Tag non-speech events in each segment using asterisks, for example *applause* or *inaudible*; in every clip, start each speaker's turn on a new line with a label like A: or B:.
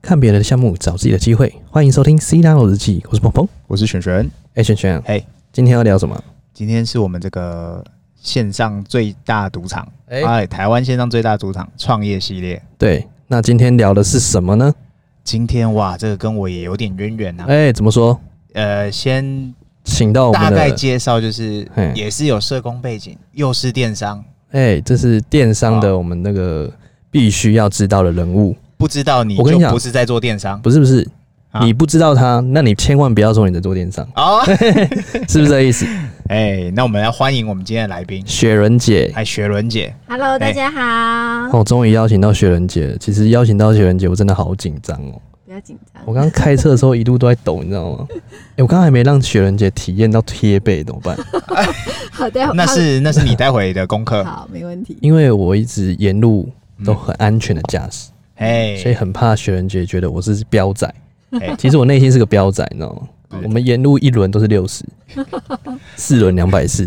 A: 看别人的项目，找自己的机会。欢迎收听《C 大佬日记》，我是鹏鹏。
B: 我是璇璇。
A: 哎，璇璇，
B: 嘿，
A: 今天要聊什么？
B: 今天是我们这个线上最大赌场，
A: 哎
B: 哎，台湾线上最大赌场创业系列。
A: 对，那今天聊的是什么呢？
B: 今天哇，这个跟我也有点渊源呐、
A: 哎，怎么说？
B: 呃，先
A: 请哦到我
B: 大
A: 们
B: 概
A: 的
B: 介绍，就是
A: 嘿
B: 也是有社工背景，又是电商，
A: 哎，这是电商的
B: 好
A: 我们那个必须要知道的人物，
B: 不知道你
A: 我跟
B: 就
A: 你讲
B: 不是在做电商
A: 不是不是？
B: 啊
A: 你不知道他，那你千万不要说你在做电
B: *laughs*
A: 商，
B: 哦。
A: 是不是这个意思？
B: 哎，那我们要欢迎我们今天的来宾，
A: 雪人姐。
B: 哎，雪伦姐，
C: Hello，大
B: 哎
C: 家好，
A: 哦，终于邀请到雪人姐了。其实邀请到雪人姐，我真的好紧张哦。
C: 不要紧张
A: 我。刚刚开车的时候一度都在抖，你知道
B: *laughs*
A: 吗？哎、我刚刚还没让雪人姐体验到贴背，怎么
B: *laughs*
A: 办？
C: 好的，
B: 那是那是你待会的功课。
C: 好，没问题。
A: 呃因为我一直沿路都很安全的驾驶，
B: 哎，
A: 所以很怕雪人姐觉得我是彪仔。
B: 哎
A: 其实我内心是个彪仔，你知道吗
B: 对？
A: 我们沿路一轮都是六十，四轮两百四。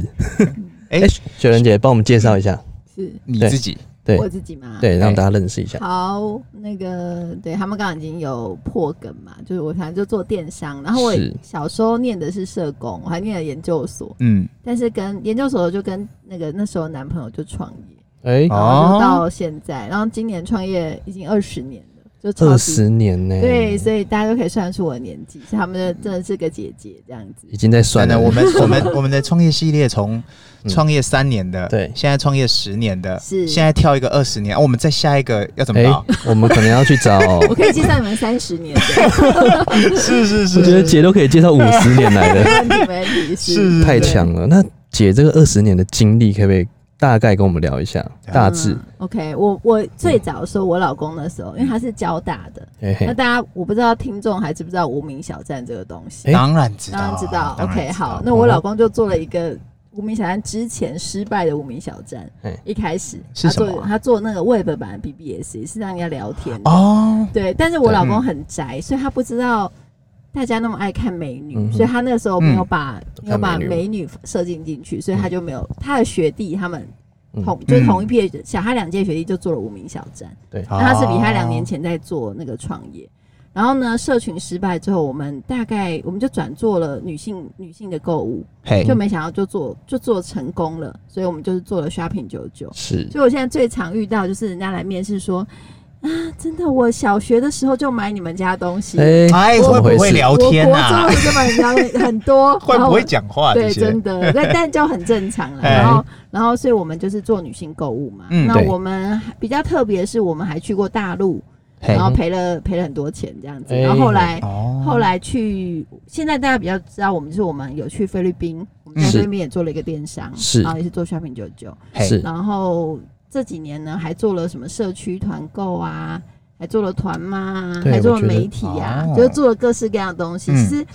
A: 哎、
B: 哎
A: 雪人姐帮我们介绍一下，
C: 是
B: 你
A: 对
B: 自己
A: 对
C: 我自己吗？。
B: 哎
A: 对，让大家认识一下。
C: 好，那个对他们刚刚已经有破梗嘛，就是我反正就做电商，然后我
A: 是
C: 小时候念的是社工，我还念了研究所，
B: 嗯，
C: 但是跟研究所就跟那个那时候男朋友就创业，
A: 哎、
B: 哦
C: 然后就到现在，然后今年创业已经二十年了，就超
A: 二
C: 级
A: 十年呢、
C: 对，所以大家都可以算出我的年纪，是他们的真的是个姐姐这样子
A: 已，经在算
B: 算
A: 了。
B: 了，我
A: *laughs*
B: 们我们我们的创业系列从
A: 嗯
B: 创业三年的，
A: 对
B: 现在创业十年的，
C: 是
B: 现在跳一个二十年、啊，我们再下一个要怎么
A: 哎、 *laughs*
B: 搞？
A: 我们可能要去
B: *laughs*
A: 找。
C: 我可以计算你们三十年的。
B: 是是
A: 我觉得姐都可以介绍五十年来的。
B: *laughs*
C: 没问题，没问题，嗯
B: 是
A: 太强了。那姐这个二十年的经历，可不可以大概跟我们聊一下？
B: 嗯
A: 大致
C: 嗯，OK，我我最早的时候，我老公的时候，因为他是交大的，
A: 嘿
B: 嗯
C: 那
A: 嘿，
C: 大家我不知道听众还知不知道无名小站这个东西，
A: 哎
B: 当然知道，啊
C: 当然知道。
B: 当然知
C: OK，
B: 道嗯
C: 好，那我老公就做了一个无名小站之前失败的无名小站
A: 哎，
C: 一开始
B: 是
C: 他
B: 什么啊
C: 做他做那个 Web 版的 BBS 是让人家聊天的，
B: 哦，
C: 对，但是我老公
B: 嗯
C: 很宅，所以他不知道大家那么爱看美女，
A: 嗯哼
C: 所以他那个时候没有把、
A: 嗯
C: 没有把
A: 看美女
C: 美女设进进去，所以他就没有、他的学弟他们
A: 嗯嗯
C: 同、就同一批的小他两届学弟就做了无名小站，那他是比他两年前在做那个创业。然后呢，社群失败之后，我们大概我们就转做了女性女性的购物，
B: 嘿
C: 就没想到就做就做成功了，所以我们就是做了 shopping 九九。
A: 是
C: 所以我现在最常遇到就是人家来面试说啊，真的，我小学的时候就买你们家东西，
A: 哎，
B: 哎，
A: 怎么回
B: 会不会
A: 事
B: 聊
C: 我国
B: 天
C: 中
B: 啊
C: 的？时候就买你们家东西很
B: *laughs*
C: 多，
B: 会
C: 然后
B: 不
C: 我
B: 会讲话这
C: 对，
B: 些？
C: 真
B: *laughs*
C: 的，但但就很正常了。
B: 哎
C: 然后，然后，所以我们就是做女性购物嘛。
B: 嗯
C: 那
A: 对
C: 我们比较特别是，我们还去过大陆，
B: 嘿
C: 然后赔了赔了很多钱这样子。
A: 哎
C: 然后后来
B: 哎哦
C: 后来去，现在大家比较知道，我们就是我们有去菲律宾，我们
B: 嗯
C: 在
A: 是
C: 菲律宾也做了一个电商，
A: 是
C: 然后也是做 shopping 九九。
B: 嘿
A: 是
C: 然后这几年呢，还做了什么社区团购啊，还做了团妈、啊，
A: 对
C: 还做
A: 我
C: 了
A: 觉得
C: 媒体啊
B: 哦，
C: 就是做了各式各样的东西。
B: 嗯
C: 其实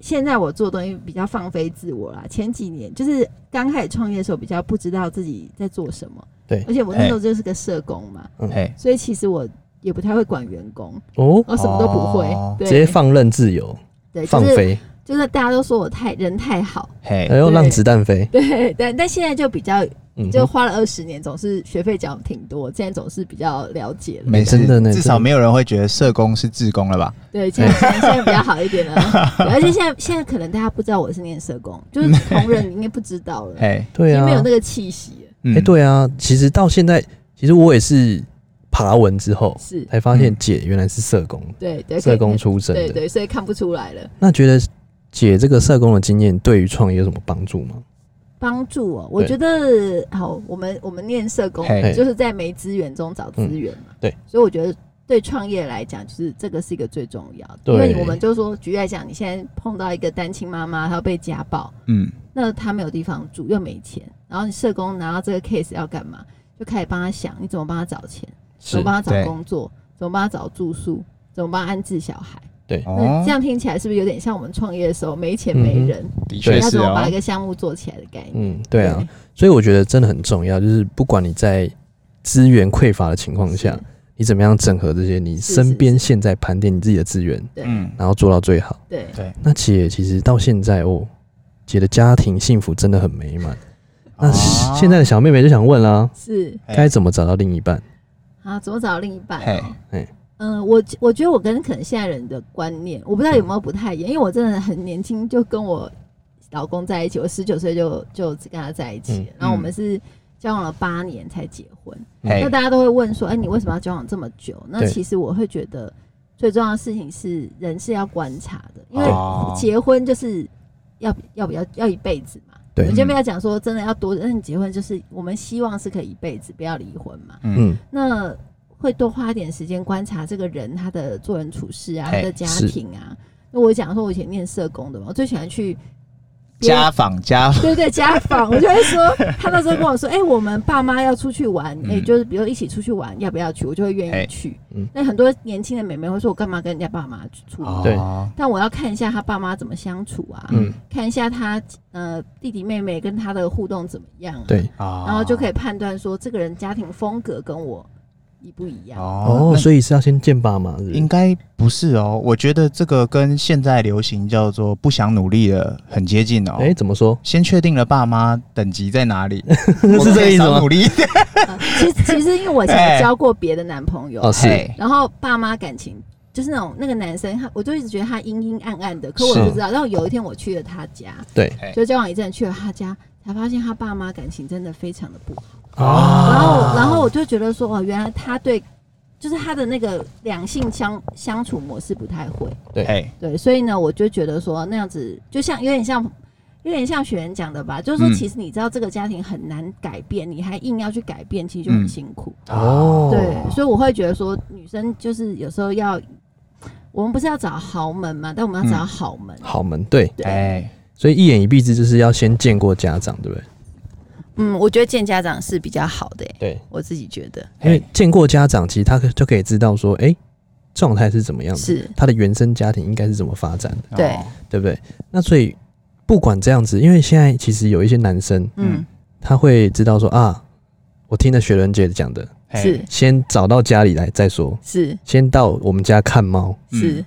C: 现在我做的东西比较放飞自我啦。前几年就是刚开始创业的时候，比较不知道自己在做什么。
A: 对
C: 而且我那时候就是个社工嘛，
B: 嘿
C: 所以其实我也不太会管员工，
A: 哦，
C: 我什么都不会，
B: 哦
C: 对
A: 直接放任自由，
C: 对，就
A: 放
C: 是
A: 飞，
C: 就是大家都说我太人太好， *laughs*
B: 嘿
A: 哎，呦，
C: 对
A: 让子弹飞，
C: 对，但但现在就比较
A: 嗯
C: 就
A: 哼，
C: 花了二十年，总是学费缴挺多，现在总是比较了解了。
B: 没事
A: 真的呢
B: 至
A: 真
B: 少
A: 的
B: 没有人会觉得社工是志工了吧？
C: 对，现在
A: 哎
C: 现在比较好
A: *laughs*
C: 一点了，对而且现在现在可能大家不知道我是念社工，
A: *laughs*
C: 就是同仁应该不知道了，
B: 嘿，
C: 已
A: 对
C: 经
A: 啊
C: 没，有那个气息了。
B: 嗯
A: 哎，，对啊，其实到现在，其实我也是爬文之后
C: 是，
A: 才发现
B: 嗯
A: 姐原来是社工，
C: 对对，
A: 哎社工
C: 可以
A: 出身
C: 对
A: 的。
C: 对，所以看不出来了。
A: 那觉得姐这个社工的经验对于创业有什么帮助吗？
C: 帮助我，我
A: 对
C: 觉得好，我们我们念社工
B: 嘿
C: 就是在没资源中找资源嘛，
A: 嗯对，
C: 所以我觉得。对创业来讲，就是这个是一个最重要的，因
A: 对
C: 为我们就说，举例来讲，你现在碰到一个单亲妈妈，她被家暴，
B: 嗯，
C: 那他没有地方住，又没钱，然后你社工拿到这个 case 要干嘛？就开始帮他想，你怎么帮他找钱，怎
A: 是
C: 么帮他找
B: 对
C: 工作，怎么帮他找住宿，怎么帮他安置小孩。那
B: 哦
C: 这，样听起来是不是有点像我们创业的时候没钱没人，
B: 的
A: 对
B: 确
C: 要
B: 是
C: 怎么把
B: 哦
C: 一，个项目做起来的概念？
A: 嗯，对啊，所以我觉得真的很重要，就是不管你在资源匮乏的情况下
C: 是，
A: 你怎么样整合这些，你
C: 是
A: 身边现在盘点你自己的资源，
C: 对、
B: 嗯，
A: 然后做到最好。
C: 对，
A: 那姐其实到现在哦，姐的家庭幸福真的很美满。那
B: 哦
A: 现在的小妹妹就想问啦，
C: 是
B: 嘿
A: 该怎么找到另一半？
C: 啊，怎么找到另一半
B: 嘿
C: 哦、
A: 嘿
C: 嗯，我我觉得我跟可能现在人的观念，我不知道有没有不太一样，因为我真的很年轻就跟我老公在一起，我十九岁就就跟他在一起了，
A: 嗯
C: 然后我们是交往了八年才结婚。
B: 哎
C: 那大家都会问说，哎、你为什么要交往这么久？那
A: 对
C: 其实我会觉得最重要的事情是人是要观察的，因为
B: 哦
C: 结婚就是要要不要要一辈子嘛。
A: 对
C: 我前
B: 嗯
C: 面要讲说，真的要多，那你结婚就是我们希望是可以一辈子，不要离婚嘛。
A: 嗯，
C: 那会多花一点时间观察这个人他的做人处事啊，
B: 嘿
C: 他的家
A: 是
C: 庭啊。那我讲说，我以前念社工的嘛，我最喜欢去别人
B: 家访家访，
C: *laughs* 对对，家访，我就会说，他那时候跟我说，哎、我们爸妈要出去玩，哎、
B: 嗯
C: 就是比如一起出去玩，要不要去？我就会愿
B: 哎
C: 意去
A: 嗯。
C: 那、很多年轻的妹妹会说，我干嘛跟人家爸妈出去？
A: 对
B: 哦
C: 但我要看一下他爸妈怎么相处啊，
A: 嗯
C: 看一下他呃弟弟妹妹跟他的互动怎么样、啊，，
A: 对，
B: 哦
C: 然后就可以判断说这个人家庭风格跟我一不一样。
B: 哦
A: 哦，，所以是要先见爸妈，是不
B: 那
A: 是
B: 应该不是哦。我觉得这个跟现在流行叫做不想努力了很接近哦。
A: 哎，怎么说？
B: 先确定了爸妈等级在哪
A: *laughs*
B: 里，我
A: 是这个意思
B: 可以少
A: 吗
B: 努？力一点，
C: 呃其实其实因为我以
B: *laughs*
C: 前
B: 哎
C: 有交过别的男朋友，
A: 哦，是，
B: 嘿
C: 然后爸妈感情就是那种那个男生，他我就一直觉得他阴阴暗暗的，可我就知道。然后有一天我去了他家，
A: 对，
B: 哎
C: 就交往一阵去了他家，才发现他爸妈感情真的非常的不好。
B: 哦
A: 啊，
C: 然后然后我就觉得说，哦，原来他对就是他的那个两性相相处模式不太会。
B: 嘿，
C: 对，所以呢，我就觉得说那样子，就像有点像，有点像雪人讲的吧，就是说，
B: 嗯
C: 其实你知道这个家庭很难改变，你还硬要去改变，其实就很
B: 嗯
C: 辛苦。
A: 哦，
C: 对，所以我会觉得说，女生就是有时候要，我们不是要找豪门嘛，但我们要找好门。
A: 好门对，
C: 对，
B: 哎，
A: 所以一眼一闭之就是要先见过家长，对不对？
C: 嗯，我觉得见家长是比较好的、欸，
A: 对，
C: 我自己觉得
A: 因为见过家长，其实他可就可以知道说，哎，状态是怎么样的，
C: 是
A: 他的原生家庭应该是怎么发展的，
C: 对
B: 哦
A: 对不对？那所以不管这样子，因为现在其实有一些男生
C: 嗯
A: 他会知道说啊，我听了雪伦姐讲的，
B: 嘿
C: 是
A: 先找到家里来再说，
C: 是
A: 先到我们家看猫， *laughs*
B: 嗯
C: 是，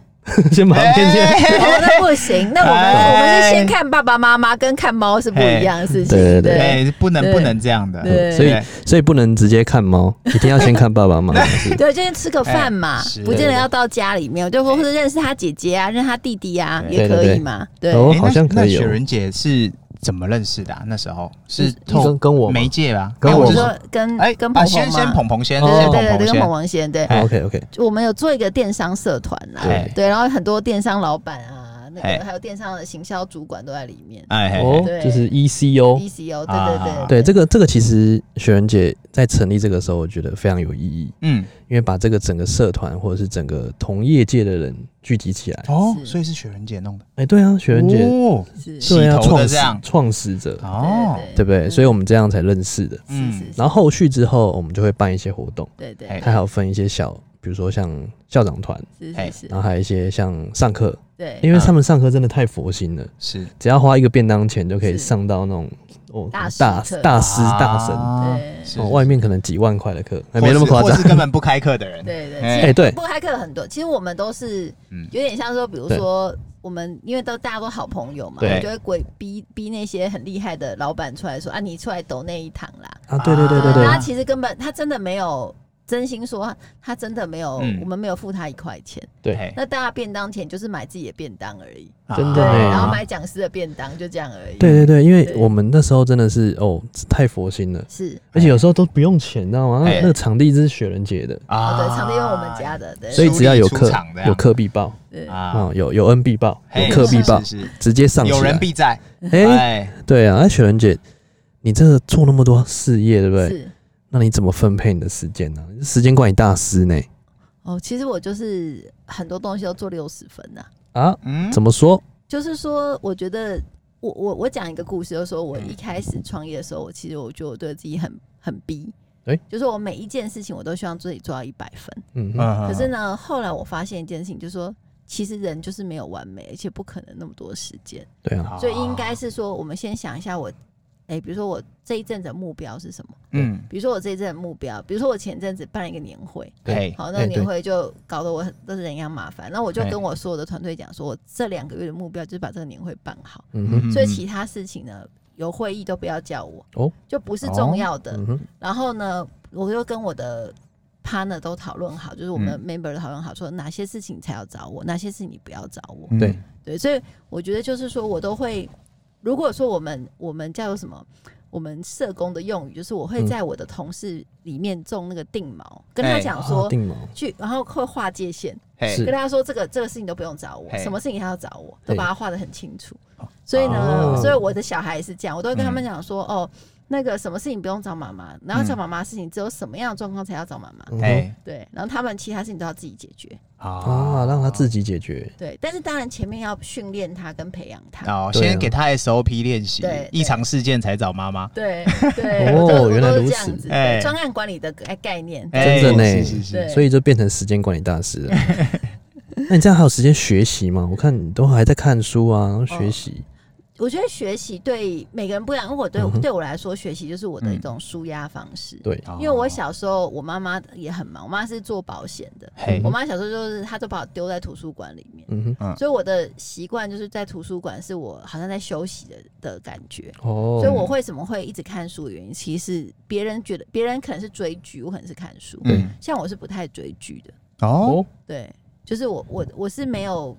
A: 先把它骗进来。
C: *laughs* 哦，那不行，那我们
B: 哎
C: 我们是先看爸爸妈妈跟看猫是不一样的事情，
A: 对对对
B: 哎，不能
C: 对
B: 不能这样的，
C: 对
A: 所以所以不能直接看
C: *laughs*
A: 猫，一定要先看爸爸妈妈。是
C: 对，就先吃个饭嘛
B: 哎是，
C: 不见得要到家里面，就或
B: 哎
C: 或者认识他姐姐啊，认识他弟弟啊，
B: 对
C: 也
A: 对
C: 可
A: 对
C: 以嘛，对，
A: 哦
B: 哎
A: 好
B: 那
A: 像可
B: 那
A: 以哦
B: 雪人姐是怎么认识的啊？那时候是透
A: 跟跟我吗
B: 媒介吧？
A: 跟
C: 哎
A: 我
C: 我
A: 是
C: 说跟
B: 哎，
C: 跟
B: 啊
C: 鹏
B: 先
C: 鹏
B: 先
C: 嘛，
B: 鹏鹏先，
A: 哦
B: 先
C: 对
B: 鹏
C: 对对，
B: 鹏
C: 跟
B: 先
C: 彭，王先对，
B: 哎
A: OK OK，
C: 我们有做一个电商社团啦，
B: 哎
C: 对，然后很多电商老板啊，那
B: 哎
C: 个还有电商的行销主管都在里面
B: 哎嘿
A: 哦
B: 嘿，
C: 对
A: 就是 ECO。
C: ，ECO，对
B: 啊
C: 对
A: 对这个这个，其实雪人姐在成立这个时候，我觉得非常有意义，
B: 嗯，
A: 因为把这个整个社团或者是整个同业界的人聚集起来。
B: 哦，
C: 是
B: 所以是雪人姐弄的，
A: 哎，对啊，雪人姐
B: 哦
C: 对，是，
B: 洗
A: 对啊，
B: 头的
A: 创
B: 这
A: 始
B: 样
A: 创始者，
B: 哦，
A: 对不对？所以
C: 以
A: 我们这样才认识的。
C: 是
B: 嗯
C: 是是，
A: 然后后续之后，我们就会办一些活动，
C: 对对
B: 哎
A: 它还有分一些小，比如说像校长团，
C: 是
B: 哎
C: 是是，
A: 然后还有一些像上课，
C: 对，
A: 因
B: 啊
A: 为他们上课真的太佛心了，
B: 是
A: 只要花一个便当钱就可以
C: 是
A: 上到那种哦
C: 大师
A: 大
C: 课
A: 大师大神，
B: 啊
C: 对
B: 是
A: 哦，
B: 是
A: 外面可能几万块的课，还
B: 是
A: 没那么夸
B: 或
A: 张
B: 是。根本不开课的人，
C: 对对
B: 哎
A: 哎，对
C: *laughs* 不过还可以有很多，其实我们都是
B: 嗯
C: 有点像说，比如说我们因为都大家都好朋友嘛，
B: 对
C: 我就会鬼逼逼那些很厉害的老板出来说啊，你出来抖那一堂啦。
A: 啊，对对对对对
C: 他其实根本他真的没有。真心说，他真的没有，
B: 嗯
C: 我们没有付他一块钱。
A: 对，
B: 嘿
C: 那大家便当钱就是买自己的便当而已，
B: 啊
A: 真的
C: 对，
A: 呢
C: 然后买讲师的便当，就这样而已。
A: 对对对，因为
C: 对
A: 我们那时候真的是哦太佛心了，
C: 是，
A: 而且有时候都不用钱，你知道吗？
B: 哎
A: 那个场地是雪人姐的，
C: 哦，
B: 啊
C: 对，场地用我们家的，对，
A: 所以只要有
B: 出
A: 课
B: 场这样
A: 有课必报
C: 对
B: 啊，
A: 啊，有有恩必报，
B: 嘿
A: 有课必
B: 是
A: 报，
B: 是是
A: 直接上起
B: 有人
A: 来。
B: 必在，
A: 哎，
B: 哎，
A: 对啊，哎，雪人姐，你这个做那么多事业，对不对？
C: 是
A: 那你怎么分配你的时间呢？你是时间管理大师呢？
C: 哦。其实我就是很多东西都做六十分呐、
A: 啊，
B: 嗯，
A: 怎么说？
C: 就是说，我觉得我我我讲一个故事，就是说我一开始创业的时候，我其实我觉得我对自己很很逼，
A: 诶
C: 就是我每一件事情我都希望自己做到一百分。
A: 嗯哼，
B: 嗯
C: 可是呢，后来我发现一件事情，就是说。其实人就是没有完美，而且不可能那么多时间，
A: 对啊，
C: 所以应该是说，我们先想一下我，诶，比如说我这一阵子的目标是什么？
B: 嗯，
C: 比如说我这一阵的目标，比如说我前阵子办了一个年会，
B: 对，
C: 好，那
A: 哎
C: 个
A: 对
C: 年会就搞得我很都是人仰马翻。那我就
B: 哎
C: 跟我所有的团队讲说，我这两个月的目标就是把这个年会办好。
A: 嗯哼，
C: 所以其他事情呢，有会议都不要叫我，
A: 哦
C: 就不是重要的。
A: 嗯哼，
C: 然后呢，我就跟我的 partner 都讨论好，就是我
A: 嗯
C: 们 member 都讨论好，说哪些事情才要找我，哪些事情你不要找我。
B: 嗯
A: 对
C: 对，所以我觉得就是说我都会，如果说我们我们叫做什么，我们社工的用语就是我会
A: 嗯
C: 在我的同事里面种那个定锚，跟他
B: 哎
C: 讲
A: 啊
C: 说。
A: 定毛
C: 去，然后会划界限，
B: 嘿
A: 是
C: 跟大家说这个这个事情都不用找我，
B: 嘿
C: 什么事情还要找我，都
A: 嘿
C: 把它画的很清楚。所以呢，
A: 哦嗯
C: 所以我的小孩也是这样，我都会跟他们讲说，哦，那个什么事情不用找妈妈，然后找妈妈的事情只有什么样的状况才要找妈妈，
A: 嗯哼
B: 哎
C: 对，然后他们其他事情都要自己解决，
A: 啊，让他自己
B: 己
A: 解决。
C: 对。但是当然前面要训练他跟培养他，
B: 哦，
A: 对啊
B: 先给他 SOP 练习
C: 对，
B: 异常事件才找妈妈。
C: 对对，
A: 哦
C: 我都我
A: 原来
C: 都
A: 如
C: 是
A: 此
C: 这样子，
B: 哎
C: 对专案管理的概概念，
B: 哎
A: 真的呢
B: 是是是
C: 对，
A: 所以就变成时间管理大
C: *laughs*
A: 师了。那你这样还有时间学习吗？我看你都还在看书啊，学习。
C: 哦我觉得学习对每个人不一样，因为我对、
A: 嗯哼
C: 对我来说，学习就是我的一
B: 嗯
C: 种舒压方式。
A: 对，
B: 哦
C: 因为我小时候，我妈妈也很忙，我妈是做保险的。
B: 嘿
C: 我妈小时候就是，她都把我丢在图书馆里面，
A: 嗯哼，
B: 嗯
C: 所以我的习惯就是在图书馆，是我好像在休息的的感觉。
A: 哦，
C: 所以我为什么会一直看书的原因，其实是别人觉得别人可能是追剧，我可能是看书。
B: 嗯
C: 像我是不太追剧的，
B: 哦
A: 哦
C: 对，就是我我我是没有，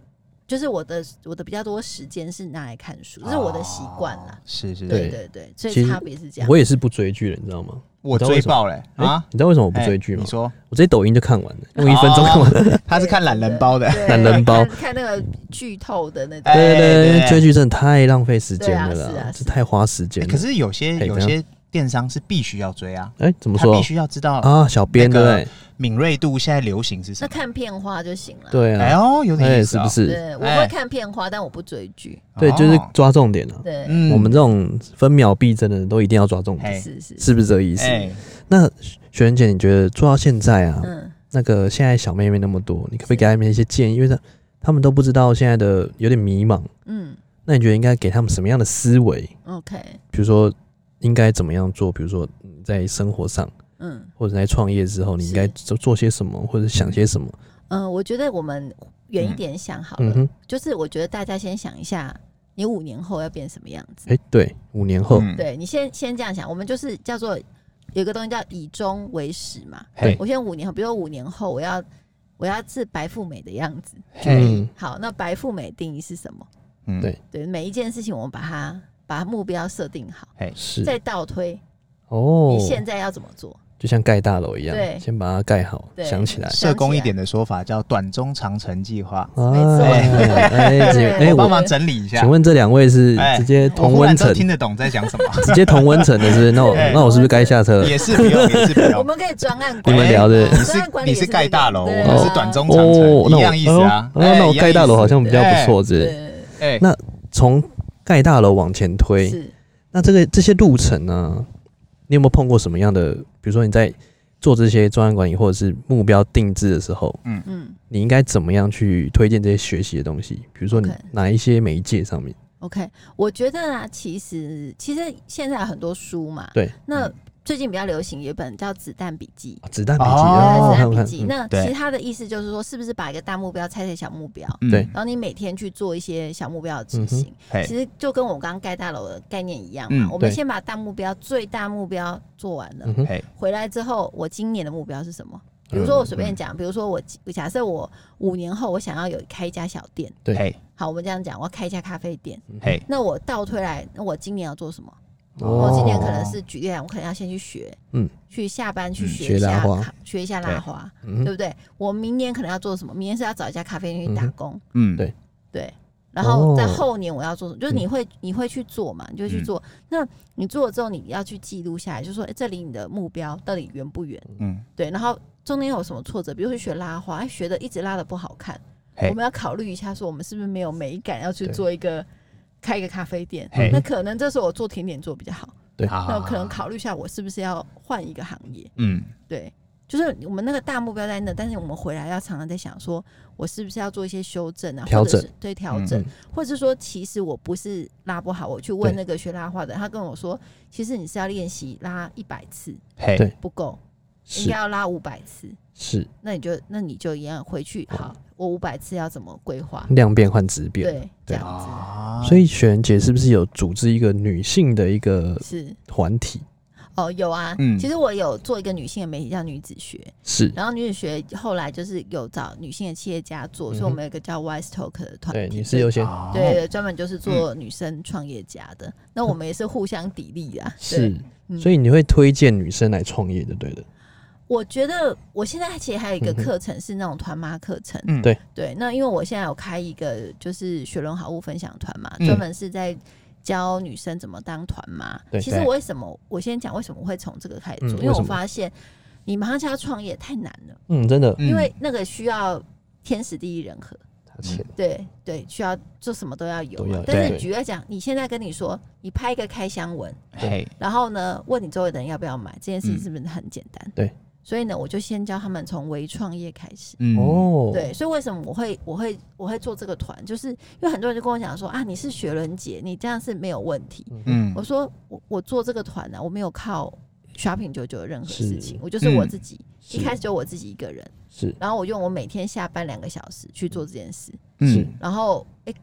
C: 就是我的我的比较多时间是拿来看书，这是我的习惯啦。
B: 哦是是，
C: 对
B: 是，
C: 对对，所
A: 其
C: 以
A: 实
C: 差别是这样。
A: 我也是不追剧的，你知道吗？
B: 我
A: 你知道为
B: 追
A: 什么
B: 爆嘞啊！
A: 你知道为什么我
B: 我
A: 不追剧吗
B: 你？说哦
A: 我直接抖音就看完了，用一分钟看完。
B: 他是看懒人包的，
C: 对
A: 懒人包
C: 看看那个剧透的那种
B: 哎，
A: 对对
B: 对
A: 对，追剧真的太浪费时间了
C: 对啊是
A: 啦
C: 啊，
A: 这太花时间
B: 哎
A: 了。
B: 可是有些
A: 嘿
B: 有
A: 怎
B: 些电商是必须要追啊，
A: 哎，怎么
B: 他
A: 说
B: 必须要知道
A: 啊？小编对
B: 那
A: 不
B: 个
A: 对？
B: 敏锐度现在流行是什
C: 那
B: 么。
C: 看片花就行了。
A: 对
B: 哎
A: 啊，
B: 呦，有点
A: 哎，
B: 意
A: 是
B: 思哦
A: 不？是？
C: 对，我
B: 哎
C: 会看片花，但我不追剧。
A: 对，就是
B: 哦
A: 抓重点啊。
C: 对，
B: 嗯
A: 我们这种分秒必争的，都一定要抓重点，
B: 哎
C: 是是，
A: 是不是这个意思？
B: 哎，
A: 那雪人姐，你觉得做到现在啊，
C: 嗯，
A: 那个现在小妹妹那么多，你可不可以
C: 是
A: 给她们一些建议？因为她她们都不知道现在的有点迷茫，
C: 嗯
A: 那你觉得应该给她们什么样的思维？
C: ，OK，
A: 比如说应该怎么样做？比如说嗯在生活上，
C: 嗯
A: 或者在创业之后，你应该做做些什么，或者想些什么？
C: 嗯，我觉得我们远一点想好
A: 嗯
C: 了，
A: 哼，
C: 就是我觉得大家先想一下，你五年后要变什么样子
A: 哎、。对，五年后，
B: 嗯，
C: 对你先先这样想，我们就是叫做有一个东西叫以终为始嘛。
A: 对
C: 我先五年后，比如说五年后我要我要是白富美的样子。
B: 嘿，
A: 嗯，
C: 好，那白富美定义是什么？
B: 嗯
A: 对
C: 对，每一件事情我们把它把目标设定好，
A: 是
C: 再倒推
A: 哦
C: 你，现在要怎么做。
A: 就像盖大楼一
C: 对
A: 样，先把它盖好，
C: 对
A: 想起来。
B: 社工一点的说法叫短中长程计划。
C: 没错
A: 哎哎，
C: *laughs* 对
A: 哎
C: 我
A: 我
B: 帮忙整理一下
A: 请。问这两位是
B: 哎
A: 直接
B: 我
A: 同
B: 忽
A: 温
B: 然都
A: 层，
B: 听得懂在
A: *laughs*
B: 讲什么，
A: 直接同温层的，是不是？那我
B: 哎
A: 那我是不是该下车了？
B: 也是不用，也是不
C: 我
B: 用。
C: 们可以专案
A: 你
C: 管理，嗯
A: 们聊的
B: 哎你
C: 专案
B: 是
C: 管理
B: 你
C: 也
B: 是
C: 这
B: 盖
C: 个
B: 大楼，
C: 对
B: 我是
C: 啊
B: 短中长
A: 哦，
B: 程，
A: 那
B: 一
A: 我
B: 样意思啊。
A: 哦那
B: 哎
A: 我
B: 一样
A: 盖大楼
B: 意思
A: 好像比较不错，是不是。
C: 对
B: 哎，
A: 那从盖大楼往前推，
C: 是
A: 那这个这些路程呢，你有没有碰过什么样的？比如说你在做这些专案管理或者是目标定制的时候，
C: 嗯
A: 你应该怎么样去推荐这些学习的东西？比如说你
C: OK
A: 哪一些媒介上面？
C: ，OK，我觉得啊，其实其实现在有很多书嘛，
A: 对，
C: 那
B: 嗯
C: 最近比较流行有一本叫《子弹笔记》。
A: 啊子弹笔记
B: 哦
A: 啊，
C: 对，
A: 看
C: 子
A: 不
C: 弹
A: 看
C: 笔记。？
A: 嗯
C: 那
B: 对
C: 其实它的意思就是说，是不是把一个大目标拆成小目标，
B: 嗯哎
A: 对，
C: 然后你每天去做一些小目标的执行？
B: 嘿
C: 其实就跟我刚刚盖大楼的概念一样嘛，
B: 嗯
C: 我们
A: 对
C: 先把大目标、最大目标做完了，
A: 嗯哼，
B: 嘿，
C: 回来之后，我今年的目标是什么？
A: 嗯
C: 比如说我随便讲，比如说我我假设我五年后我想要有开一家小店，
A: 对
B: 嘿，
C: 好，我们这样讲，我要开一家咖啡店，
B: 嘿，
C: 那我倒推来，那我今年要做什么？
A: 哦
C: 我今年可能是举例来，我可能要先去学，
A: 嗯，
C: 去下班去
B: 嗯
C: 学
A: 学
C: 一
A: 拉
C: 下
A: 花
C: 咖，学一下
B: 对
C: 拉花，
A: 嗯
C: 对
A: 哼
C: 不对？我明年可能要做什么？明年是要找一家咖啡店去打
A: 嗯哼
C: 工，
B: 嗯，
A: 对
C: 对，然后在
A: 哦嗯
C: 后年我要做什么，就是你会你会去做嘛，你就会去
B: 嗯
C: 做。那你做了之后，你要去记录下来，就说哎，这离你的目标到底远不远？
B: 嗯，
C: 对，然后中间有什么挫折，比如说学拉花，哎，学的一直拉的不好看，
B: 嘿
C: 我们要考虑一下，说我们是不是没有美感，要去
A: 对
C: 做一个开一个咖啡店
B: 嘿。
C: 那可能这时候我做甜点做比较好，
B: 好，
C: 那
B: 好
C: 我可能，
A: 啊
B: 好
C: 考虑一下我是不是要换一个行业。
B: 啊嗯，
C: 对，就是我们那个大目标在那，但是我们回来要常常在想说，我是不是要做一些修正啊，
A: 调
C: 或者
A: 整
C: 是对调
B: 嗯
C: 整
A: 嗯，
C: 或者是说其实我不是拉不好，我去问
A: 对
C: 那个学拉花的，他跟我说，其实你是要练习拉一百次
B: 嘿，
A: 对
C: 不够，应
A: 是
C: 该要拉五百次，
A: 是
C: 那你就那你就一样回去，好，我五百次要怎么规划？
A: 量变换质变，
C: 对，这样子。
B: 啊
A: 所以雪人姐是不是有组织一个女性的一个
C: 是
A: 团体？
C: 哦，有啊，
B: 嗯
C: 其实我有做一个女性的媒体叫女子学，
A: 是，
C: 然后女子学后来就是有找女性的企业家做，所以我们有一个叫 Wise Talk 的团
A: 对，
C: 体，
A: 女士优先，
B: 哦
C: 对，对，专门就是做女生创业家的。那我们也是互相砥砺啊。对，
A: 是，
C: 嗯
A: 所以你会推荐女生来创业就对了，
C: 我觉得我现在其实还有一个
A: 嗯哼
C: 课程是那种团妈课程，
B: 嗯
A: 对
C: 对，那因为我现在有开一个就是雪伦好物分享团嘛，
B: 嗯
C: 专、门是在教女生怎么当团妈。
A: 对
C: 其实
B: 对
C: 我为什么我先讲为什么我会从这个开始
A: 嗯
C: 做，因
A: 为
C: 为我
A: 什么
C: 发现你马上就要创业太难了，
A: 嗯，真的，
B: 嗯
C: 因为那个需要天时地利人和。
A: 他钱
C: 对对，需要做什么都要有
A: 都
C: 嘛。
A: 要
C: 但是
A: 对
C: 举个讲，你现在跟你说，你拍一个开箱文，
B: 嘿，
C: 然后呢，问你周围的人要不要买，这件事情
B: 嗯
C: 是不是很简单？
A: 对。
C: 所以呢，我就先教他们从微创业开始。
B: 嗯，
A: 哦，
C: 对，所以为什么我会我会我会做这个团，就是因为很多人就跟我讲说啊，你是雪伦姐，你这样是没有问题。
A: 嗯，
B: 嗯
C: 我说我我做这个团啊呢、我没有靠 shopping 九九的任何
A: 是
C: 事情，我就是我
B: 嗯
C: 自己，
A: 是
C: 一开始就我自己一个人，
A: 是
C: 然后我用我每天下班两个小时去做这件事。
A: 是
B: 嗯，
C: 然后哎、诶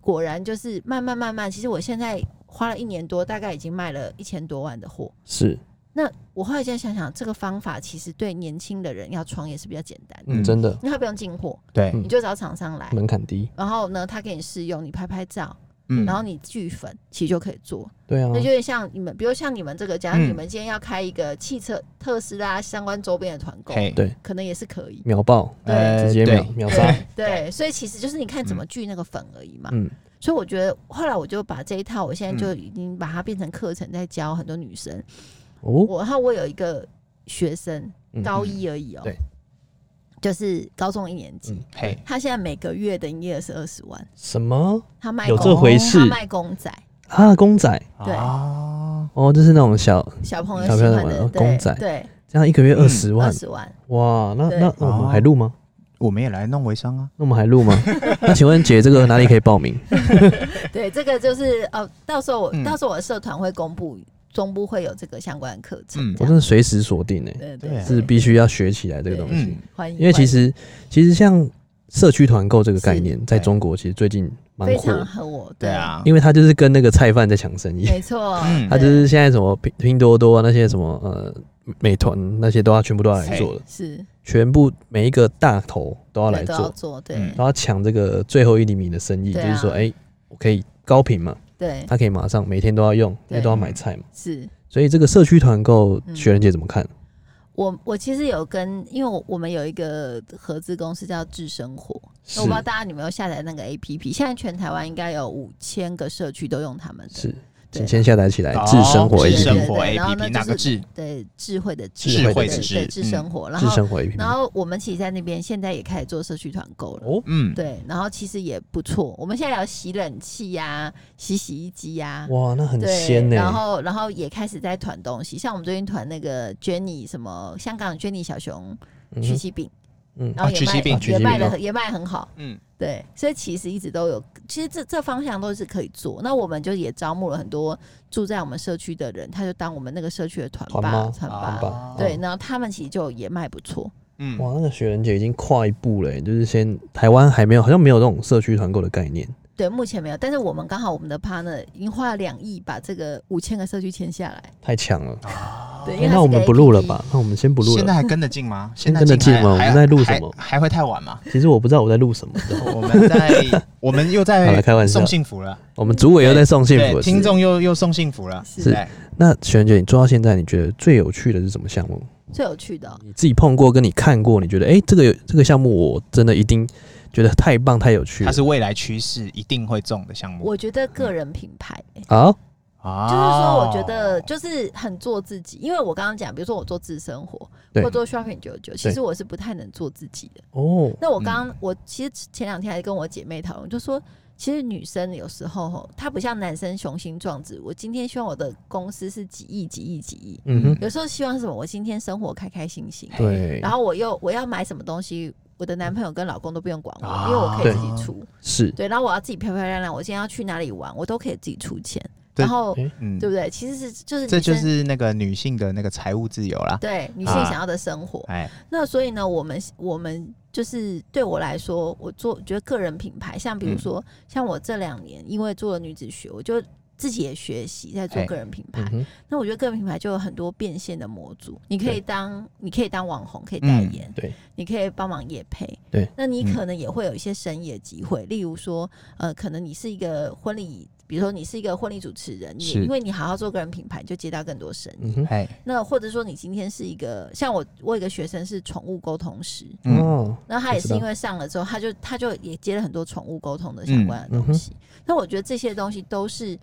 C: 果然就是慢慢慢慢，其实我现在花了一年多，大概已经卖了一千多万的货。
A: 是，
C: 那我后来现在想想，这个方法其实对年轻的人要创业是比较简单的，
A: 嗯，
B: 嗯
A: 真的
C: 因为他不用进货，
B: 对，
A: 嗯
C: 你就找厂商来，
A: 门槛低，
C: 然后呢，他给你试用，你拍拍照，
B: 嗯，
C: 然后你聚粉，其实就可以做。
A: 对啊
C: 那，就点像你们，比如像你们这个，假如
B: 嗯
C: 你们今天要开一个汽车特斯拉相关周边的团购，
B: 嘿，
A: 对
C: 可能也是可以。
A: 秒爆，
B: 呃
A: 直接
B: 对
A: 秒秒杀，
C: 对，所以其实就是你看怎么聚那个粉而已嘛。
A: 嗯，
C: 所以我觉得后来我就把这一套，我现在就已经把它变成课程，在教很多女生。
A: 哦，
C: 我然后我有一个学生
A: 嗯
C: 高一而已哦、
A: 对
C: 就是高中一年级，
A: 嗯
B: 嘿，
C: 他现在每个月的营业额是二十万，
A: 什么
C: 他卖
A: 有
C: 公
A: 这回事
C: 他卖公仔，
A: 啊？公仔
C: 对
B: 啊，
A: 哦，就是那种小，
C: 小朋友
A: 小
C: 喜
A: 朋友
C: 欢
A: 玩
C: 的
A: 哦
C: 对
A: 公仔
C: 对，
A: 这样一个月
B: 嗯
A: 二十
C: 二
A: 万，
C: 十万。
A: 哇，那
C: 对
A: 那那我们
B: 哦
A: 还录吗？
B: 我们也来弄微商啊，
A: 那我们还
B: *laughs*
A: 录吗？那请问姐，这个哪里可以报名？
C: 对，这个就是哦，到时候我、
B: 嗯
C: 到时候我的社团会公布，中部会有这个相关的课程
B: 嗯，
C: 这
A: 我
C: 样
A: 真的随时锁定哎，
C: 对啊
B: 对
C: 对
A: 是必须要学起来这个东西
B: 嗯，，
C: 欢迎，
A: 因为其实其实像社区团购这个概
C: 是
A: 念，在
B: 对
A: 中国其实最近蛮
C: 非
A: 火
C: 常
A: 的，
C: 合我，
B: 对，啊，
A: 因为它就是跟那个菜贩在抢生意， *laughs*
C: 没错，
B: 嗯
A: 它
C: 对
A: 就是现在什么拼拼多多啊那些什么呃美团那些都要全部都要来
B: 是
A: 做的，
C: 是
A: 全部每一个大头都要来
C: 对都要
A: 做，
C: 做，
B: 嗯
C: 对
A: 都要抢这个最后一厘米的生意，就
C: 对
A: 是说
C: 啊
A: 哎，我可以高频嘛，
C: 对
A: 它可以马上每天都要用，因为
C: 对
A: 都要买菜嘛，
C: 是。
A: 所以这个社区团购，
C: 嗯
A: 雪人姐怎么看？
C: 我我其实有跟，因为我我们有一个合资公司叫智生活，
A: 是
C: 那我不知道大家有没有下载那个 APP，现在全台湾应该有五千个社区都用他们的，
A: 是，
C: 对
A: 请先下载起来
B: 哦
A: 智生活
C: 对
A: APP，
B: 智生活
C: 对然后呢
B: APP 哪
C: 就是
B: 个智？
C: 对智慧的
A: 智慧的
C: 对
A: 智
C: 对智生活，然
A: 智
C: 后
A: 生活 APP，
C: 然后我们其实在那边现在也开始做社区团购了。
A: 嗯哦，
B: 嗯，
C: 对，然后其实也不错。我们现在有洗冷气呀、洗洗衣机呀、
A: 哇，那很
C: 对
A: 鲜，呢。欸
C: 然后然后也开始在团东西，像我们最近团那个 Jenny 什么香港 Jenny 小熊
A: 嗯
C: 曲
A: 哼
C: 奇饼，
A: 嗯
C: 然后
B: 啊
C: 也
B: 曲奇
C: 卖、
B: 饼
A: 曲
C: 也
A: 奇
C: 卖
A: 饼哦
C: 的也卖很好，
B: 嗯
C: 对，所以其实一直都有，其实这这方向都是可以做。那我们就也招募了很多住在我们社区的人，他就当我们那个社区的团
A: 团
C: 爸
A: 妈很
C: 团爸。
A: 棒，
C: 对，
A: 嗯
C: 然后他们其实就也卖不错，
B: 啊嗯，
A: 哇，那个雪人姐已经跨一步了耶，就是先台湾还没有，好像没有这种社区团购的概念，
C: 对，目前没有，但是我们刚好我们的 partner 已经花了两亿把这个五千个社区签下来，
A: 太强了。
B: 哦
C: 对，因为
A: 哎
C: 它
A: 那
C: 是
A: 我
C: 个
A: 们不录了
C: APP
A: 吧？那我们先不录
B: 啊现
A: 了。
B: 在还跟得进吗？现在
A: 跟得进吗
B: 还
A: 我们
B: 还
A: 在录什么
B: 还还会太
A: *laughs*
B: 晚吗？
A: 其实我不知道我在录什么， *laughs*
B: 我们在，我们又
A: 好了
B: 在
A: 开玩笑
B: 送幸福了，
A: 我们组委又在送幸福
B: 对，
A: 的事
B: 听。众又又送幸福了，
C: 是
B: 对
A: 那雪人姐，你做到现在，你觉得最有趣的是什么项目？
C: 最有趣的哦、
A: 你自己碰过，跟你看过，你觉得哎、诶这个有这个项目我真的一定觉得太棒太有趣
B: 它
A: 了。
B: 是未来趋势一定会中的项目。
C: 我觉得个人品牌、欸
A: 好，
B: 啊
C: 就是说，我觉
B: 哦
C: 得就是很做自己，因为我刚刚讲，比如说我做自生活，
A: 对
C: 或做 shopping 九九，其实我是不太能做自己的。
A: 哦，
C: 那我刚刚、我其实前两天还跟我姐妹讨论，就说其实女生有时候吼，她不像男生雄心壮志，我今天希望我的公司是几亿几亿几亿，
A: 嗯哼，
C: 有时候希望是什么，我今天生活开开心心，
A: 对
C: 然，后我又我要买什么东西。我的男朋友跟老公都不用管我，
B: 啊
C: 因为我可以自己出。
A: 是，
C: 对，然后我要自己漂漂亮亮，我今天要去哪里玩，我都可以自己出钱。
B: 对
C: 然后
A: 诶
B: 嗯
C: 对不对？其实是就是
B: 这
C: 女
B: 就
C: 生
B: 是那个女性的那个财务自由啦。
C: 对女性
B: 啊
C: 想要的生活。
B: 哎，
C: 那所以呢，我们我们就是对我来
B: 嗯
C: 说，我做觉得个人品牌，像比如说、像我这两年因为做了女子学，我就自己也学习在做
B: 哎
C: 个人品牌
A: 嗯。哼，
C: 那我觉得个人品牌就有很多变现的模组，你可
A: 对
C: 以当你可以当网红，可以代言，
A: 对，
C: 你可以帮忙业配，
A: 对，
C: 那你
B: 嗯
C: 可能也会有一些生意的机会，例如说，呃，可能你是一个婚礼，比如说你是一个婚礼主持人，你
B: 是
C: 因为你好好做个人品牌，你就接到更多生意。
A: 嗯哼，
B: 哎，
C: 那或者说你今天是一个，像我，我有一个学生是宠物沟通师，
B: 嗯，
A: 哦，
C: 然后他也
A: 我知
C: 是
A: 道
C: 因为上了之后，他就他就也接了很多宠物沟通的相关的东
A: 嗯
C: 西。那我觉得这些东西都是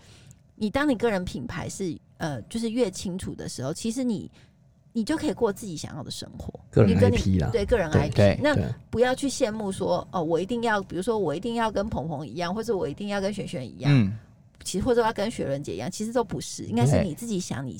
C: 你当你个人品牌是呃，就是越清楚的时候，其实你你就可以过自己想要的生活。
A: 个人
C: 你跟你
A: IP 啦，
C: 对个人
A: 对
C: IP，
B: 对嗯
C: 那
A: 对，啊
C: 不要去羡慕说哦，我一定要，比如说我一定要跟鹏鹏一样，或者我一定要跟璇璇一样，
B: 嗯，
C: 其实或者要跟雪伦姐一样，其实都不是，应该
B: 对
C: 是你自己想你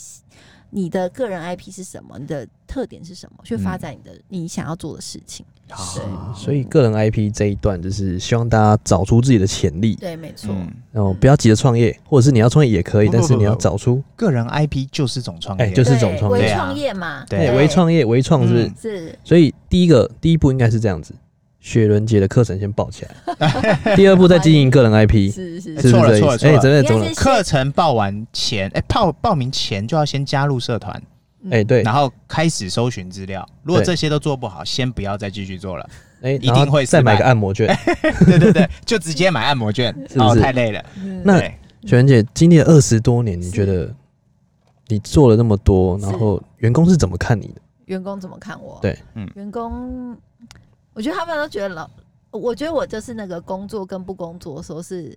C: 你的个人 IP 是什么，你的特点是什么，去发展你的、你想要做的事情。
B: 好，
A: 嗯啊所以个人 IP 这一段就是希望大家找出自己的潜力，
C: 对，没错。
B: 嗯，
A: 然后不要急着创业，或者是你要创业也可以，
B: 不
A: 但是
B: 不
A: 你要
B: 不
A: 找出
B: 个人 IP 就是种创
A: 哎
B: 业，
A: 就是
C: 对，
A: 总创业
C: 微
B: 对啊
C: 创业嘛，
B: 对
A: 哎微创业，微创是不是？
B: 嗯
C: 是
A: 所以第一个第一步应该是这样子，雪伦姐的课程先报起来，第二步再经营个人
C: *laughs*
A: IP，
C: 是是
B: 哎
A: 是
C: 是，
A: 不是
B: 错了
A: 这
B: 错
A: 意思？
B: 了错
A: 哎，
B: 了
A: 真的
C: 应该
A: 懂了
C: 是，
B: 课程报完前，哎、报报名前就要先加入社团，
C: 嗯
A: 哎，对，
B: 然后开始搜寻资料。如果
A: 对
B: 这些都做不好，先不要再继续做了。 *laughs*
A: 哎，
B: 定
A: 然后
B: 会失
A: 再买
B: 败
A: 个按摩
B: *laughs*
A: 券。
B: 对对对，就直接买按摩券，
A: 是不
B: 哦，
A: 是
B: 太累了。
C: 嗯
A: 那
B: 对
A: 雪伦姐经历了二十多年，你
C: 是
A: 觉得你做了那么多，
C: 是
A: 然后员工是怎么看你的？
C: 员工怎么看我？
A: 对，
B: 嗯
C: 员工，我觉得他们都觉得老，我觉得我就是那个工作跟不工作的时候是，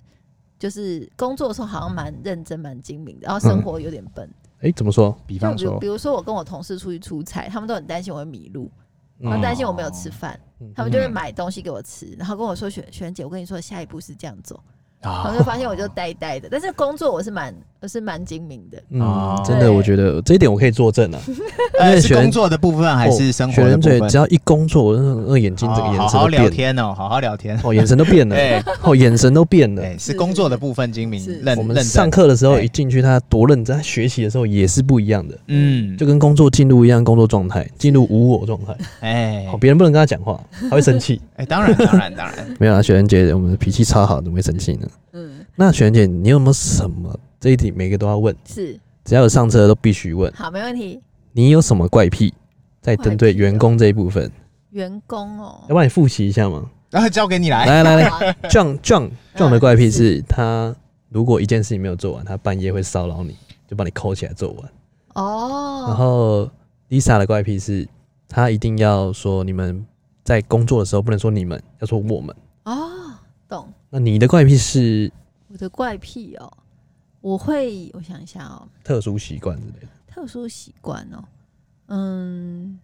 C: 就是工作的时候好像蛮认真、蛮精明的，然后生活有点笨。
A: 哎，怎么说？
B: 嗯比
C: 就
B: 方
C: 比如
B: 说
C: 比，如说我跟我同事出去出差，他们都很担心我会迷路，然后
A: 嗯
C: 担心我没有吃饭，
B: 哦
A: 嗯
C: 他们就会买东西给我吃，然后跟我说：“璇璇姐，我跟你说，下一步是这样走。”然
B: 啊
C: 后就发现我就呆呆的，但是工作我是蛮我是蛮精明的。
A: 嗯
B: 哦，
A: 真的，
C: 对
A: 我觉得这一点我可以作证啊。哦因
B: 呃，
A: 为
B: 是
A: 学
B: 工作的部分还是生活
A: 雪
B: 的
A: 人
B: 部
A: 嘴
B: 分？
A: 只要一工作，我那个眼睛整个
B: 哦
A: 眼
B: 好
A: 神
B: 好
A: 都
B: 聊
A: 变了，
B: 天哦，好好聊
A: *laughs*
B: 天。
A: 哦，眼神都变
B: *laughs*
A: 了，
B: 哎
A: 哦，眼神都变了。
B: 哎，是
C: 是
B: 工作的部分精明
C: 是是
B: 认
A: 我
B: 认
A: 们
B: 真。
A: 上课的时候
B: 哎
A: 一进去，他多认真，他学习的时候也是不一样的，
B: 嗯，
A: 就跟工作进入一样，工作状态进入无我状态，
B: 哎
A: 哦，别人不能跟他讲话，他会生
B: *laughs*
A: 气。
B: 哎，当然当然当
A: *laughs*
B: 然，
A: 没有啊，雪人姐，我们的脾气超好，怎么会生气呢？
C: 嗯，
A: 那雪人姐，你有没有什么这一题每个都要问？
C: 是
A: 只要有上车的都必须问，
C: 好，没问题。
A: 你有什么怪癖？在针对
C: 怪癖哦
A: 员工这一部分，
C: 员工哦
A: 要，帮你复习一下吗？
B: 然后交给你来。
A: 来来来，
C: 好啊
A: John John
C: 嗯
A: John 的怪癖是他如果一件事情没有做完，他半夜会骚扰你，就把你扣起来做完。然
C: *laughs* 哦，
A: 后 Lisa 的怪癖是，她一定要说你们在工作的时候不能说你们，要说我们。
C: 哦，懂。
A: 那你的怪癖是
C: 我的怪癖哦，我会，我想一下哦，
A: 特殊习惯之类的，
C: 特殊习惯哦，嗯，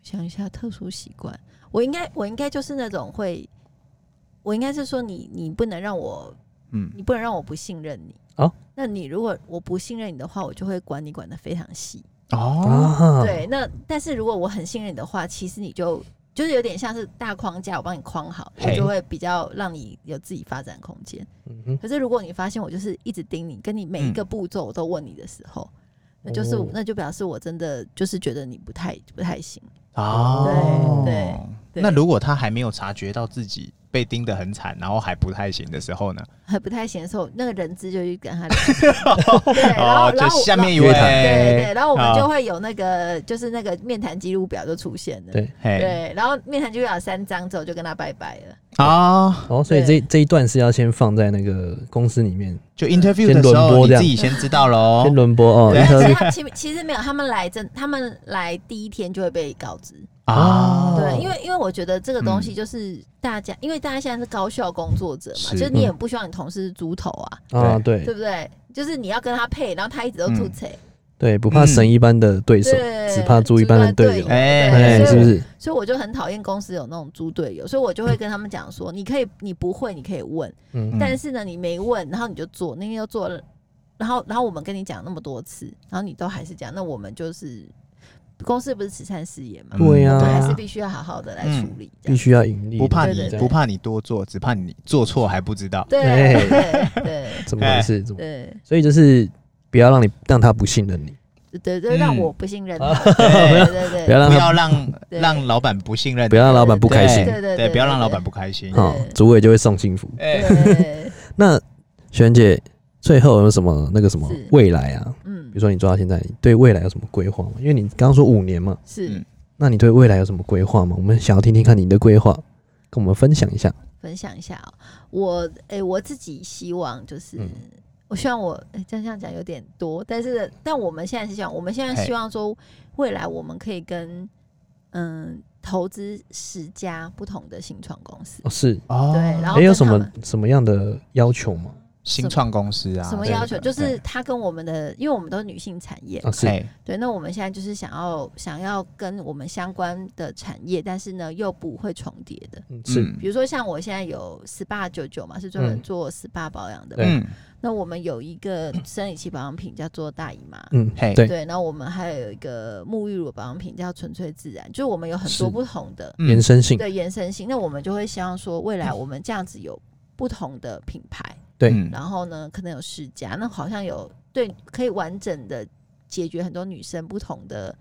C: 我想一下特殊习惯，我应该，我应该就是那种会，我应该是说你，你不能让我，
B: 嗯，
C: 你不能让我不信任你。
A: 哦，
C: 那你如果我不信任你的话，我就会管你管得非常细。
B: 哦，
A: 啊，
C: 对，那但是如果我很信任你的话，其实你就就是有点像是大框架，我帮你框好，我
B: 嘿
C: 就会比较让你有自己发展空间。
A: 嗯哼，
C: 可是如果你发现我就是一直盯你，跟你每一
B: 嗯
C: 个步骤我都问你的时候，那就是、
A: 哦
C: 那就表示我真的就是觉得你不太不太行。
B: 哦，
C: 对对对
B: 那
C: *laughs*
B: 如果他还没有察觉到自己被盯得很惨，然后还不太行的时候呢？
C: 还不太行的时候，那个人资就去跟他聊，
B: *laughs*
C: 对，然后
B: 哦，
C: 然
B: 就
C: 后我
B: 下面一
A: 约
B: 位，
A: 谈
C: 对对对，然后我们
B: 好
C: 就会有那个就是那个面谈记录表就出现了，
A: 对
B: 嘿，
C: 对，然后面谈记录表三张之后就跟他拜拜了，
B: 啊，
A: 哦，所以这这一段是要先放在那个公司里面，
B: 就 interview
A: 先
B: 的时
A: 轮播
B: 候，
A: 这
B: 你
A: 样
B: 自己先知道喽
A: 先。轮播哦，
B: 对
A: 一
C: 但
A: 条
C: *laughs* 是他其其实没有，他们来真，他们来第一天就会被告知。
B: 啊，
A: 哦
C: 对，因为因为我觉得这个东
A: 嗯
C: 西就是大家，因为大家现在是高效工作者嘛，
B: 是
C: 就是你也不希望你同事是猪头啊，
A: 啊，
C: 对
A: 嗯对嗯
C: 不对？就是你要跟他配，然后他一直都吐槽，
A: 对，不怕神一般的对手，
C: 对，
A: 只怕猪一般的队友
C: 猪一般
B: 哎
C: 对
A: 哎，
C: 所以
A: 是不是？
C: 所以我就很讨厌公司有那种猪队友，所以我就会跟他们讲说，你可以，你不会，你可以问，
A: 嗯
B: 嗯
C: 但是呢，你没问，然后你就做，那天又做了，然后然后我们跟你讲那么多次，然后你都还是讲，那我们就是公司不是慈善事
B: 嗯
C: 业嘛，
A: 对呀
C: 我
A: 对
C: 们
A: 啊嗯
C: 还是必须要好好的来处理，这样
A: 必须要盈利，
B: 不怕
C: 对对
B: 你
C: 对
B: 不怕你多做，只怕你做错还不知
A: *laughs*
B: 道。
C: 对
A: 哎
C: 对对
A: 怎么回
B: 哎
A: 事？怎么？ *laughs*
C: 对
A: 所以就是不要让你让他不信任你，
C: 对对，让
B: 嗯
C: 我不信任
A: 啊
C: 他，
A: *laughs*
C: 对对对
A: 不要
C: 对，
A: 让
B: 不
A: 他
B: 要让
C: 对
B: 让老板不信任你，
A: 不要让老板不开心
C: 对对
B: 对，不要让老板不开心。
A: 哦，主委就会送幸福。
B: 哎，
C: 对
A: 那璇姐，最后有没有什么那个什么
C: 是
A: 未来啊？
C: 嗯
A: *laughs* 比如，说你做到现在，你对未来有什么规划吗？因为你刚刚说五年嘛，
C: 是
B: 嗯
A: 那你对未来有什么规划吗？我们想要听听看你的规划，跟我们分享一下。
C: 分享一下哦。我诶、我自己希望就是，
A: 嗯
C: 我希望我诶这样这样讲有点多，但是但我们现在是这样，我们现在
B: 嘿
C: 希望说未来我们可以跟嗯投资十家不同的新创公司。
A: 哦，是，
B: 哦，
C: 对，然后
A: 还有
C: 跟
A: 什
C: 他
A: 么
C: 们
A: 什么样的要求吗？
B: 新创公司
A: 嗯
B: 啊，
C: 什么
B: 对
C: 要求？
B: 对
C: 就是他跟我们的，因为我们都是女性产业嘛，
A: 啊，是，
B: 哎，
C: 对。那我们现在就是想要想要跟我们相关的产业，但是呢又不会重叠的。
A: 嗯是，
B: 嗯
C: 比如说像我现在有 SPA 九九嘛，是专门
A: 嗯
C: 做 SPA 保养的。
A: 对
B: 嗯，
C: 那我们有一个生理期保养品叫做大姨妈。
A: 嗯，
B: 嘿
A: 对，
C: 对，那我们还有一个沐浴乳保养品叫纯粹自然，就是我们有很
A: 是
C: 多不同的
B: 嗯
A: 延伸性，
C: 的延伸性。那我们就会希望说，未来我们这样子有不同的品牌，
A: 对
B: 嗯
C: 然后呢，可能有十家，那好像有对可以完整的解决很多女生不同的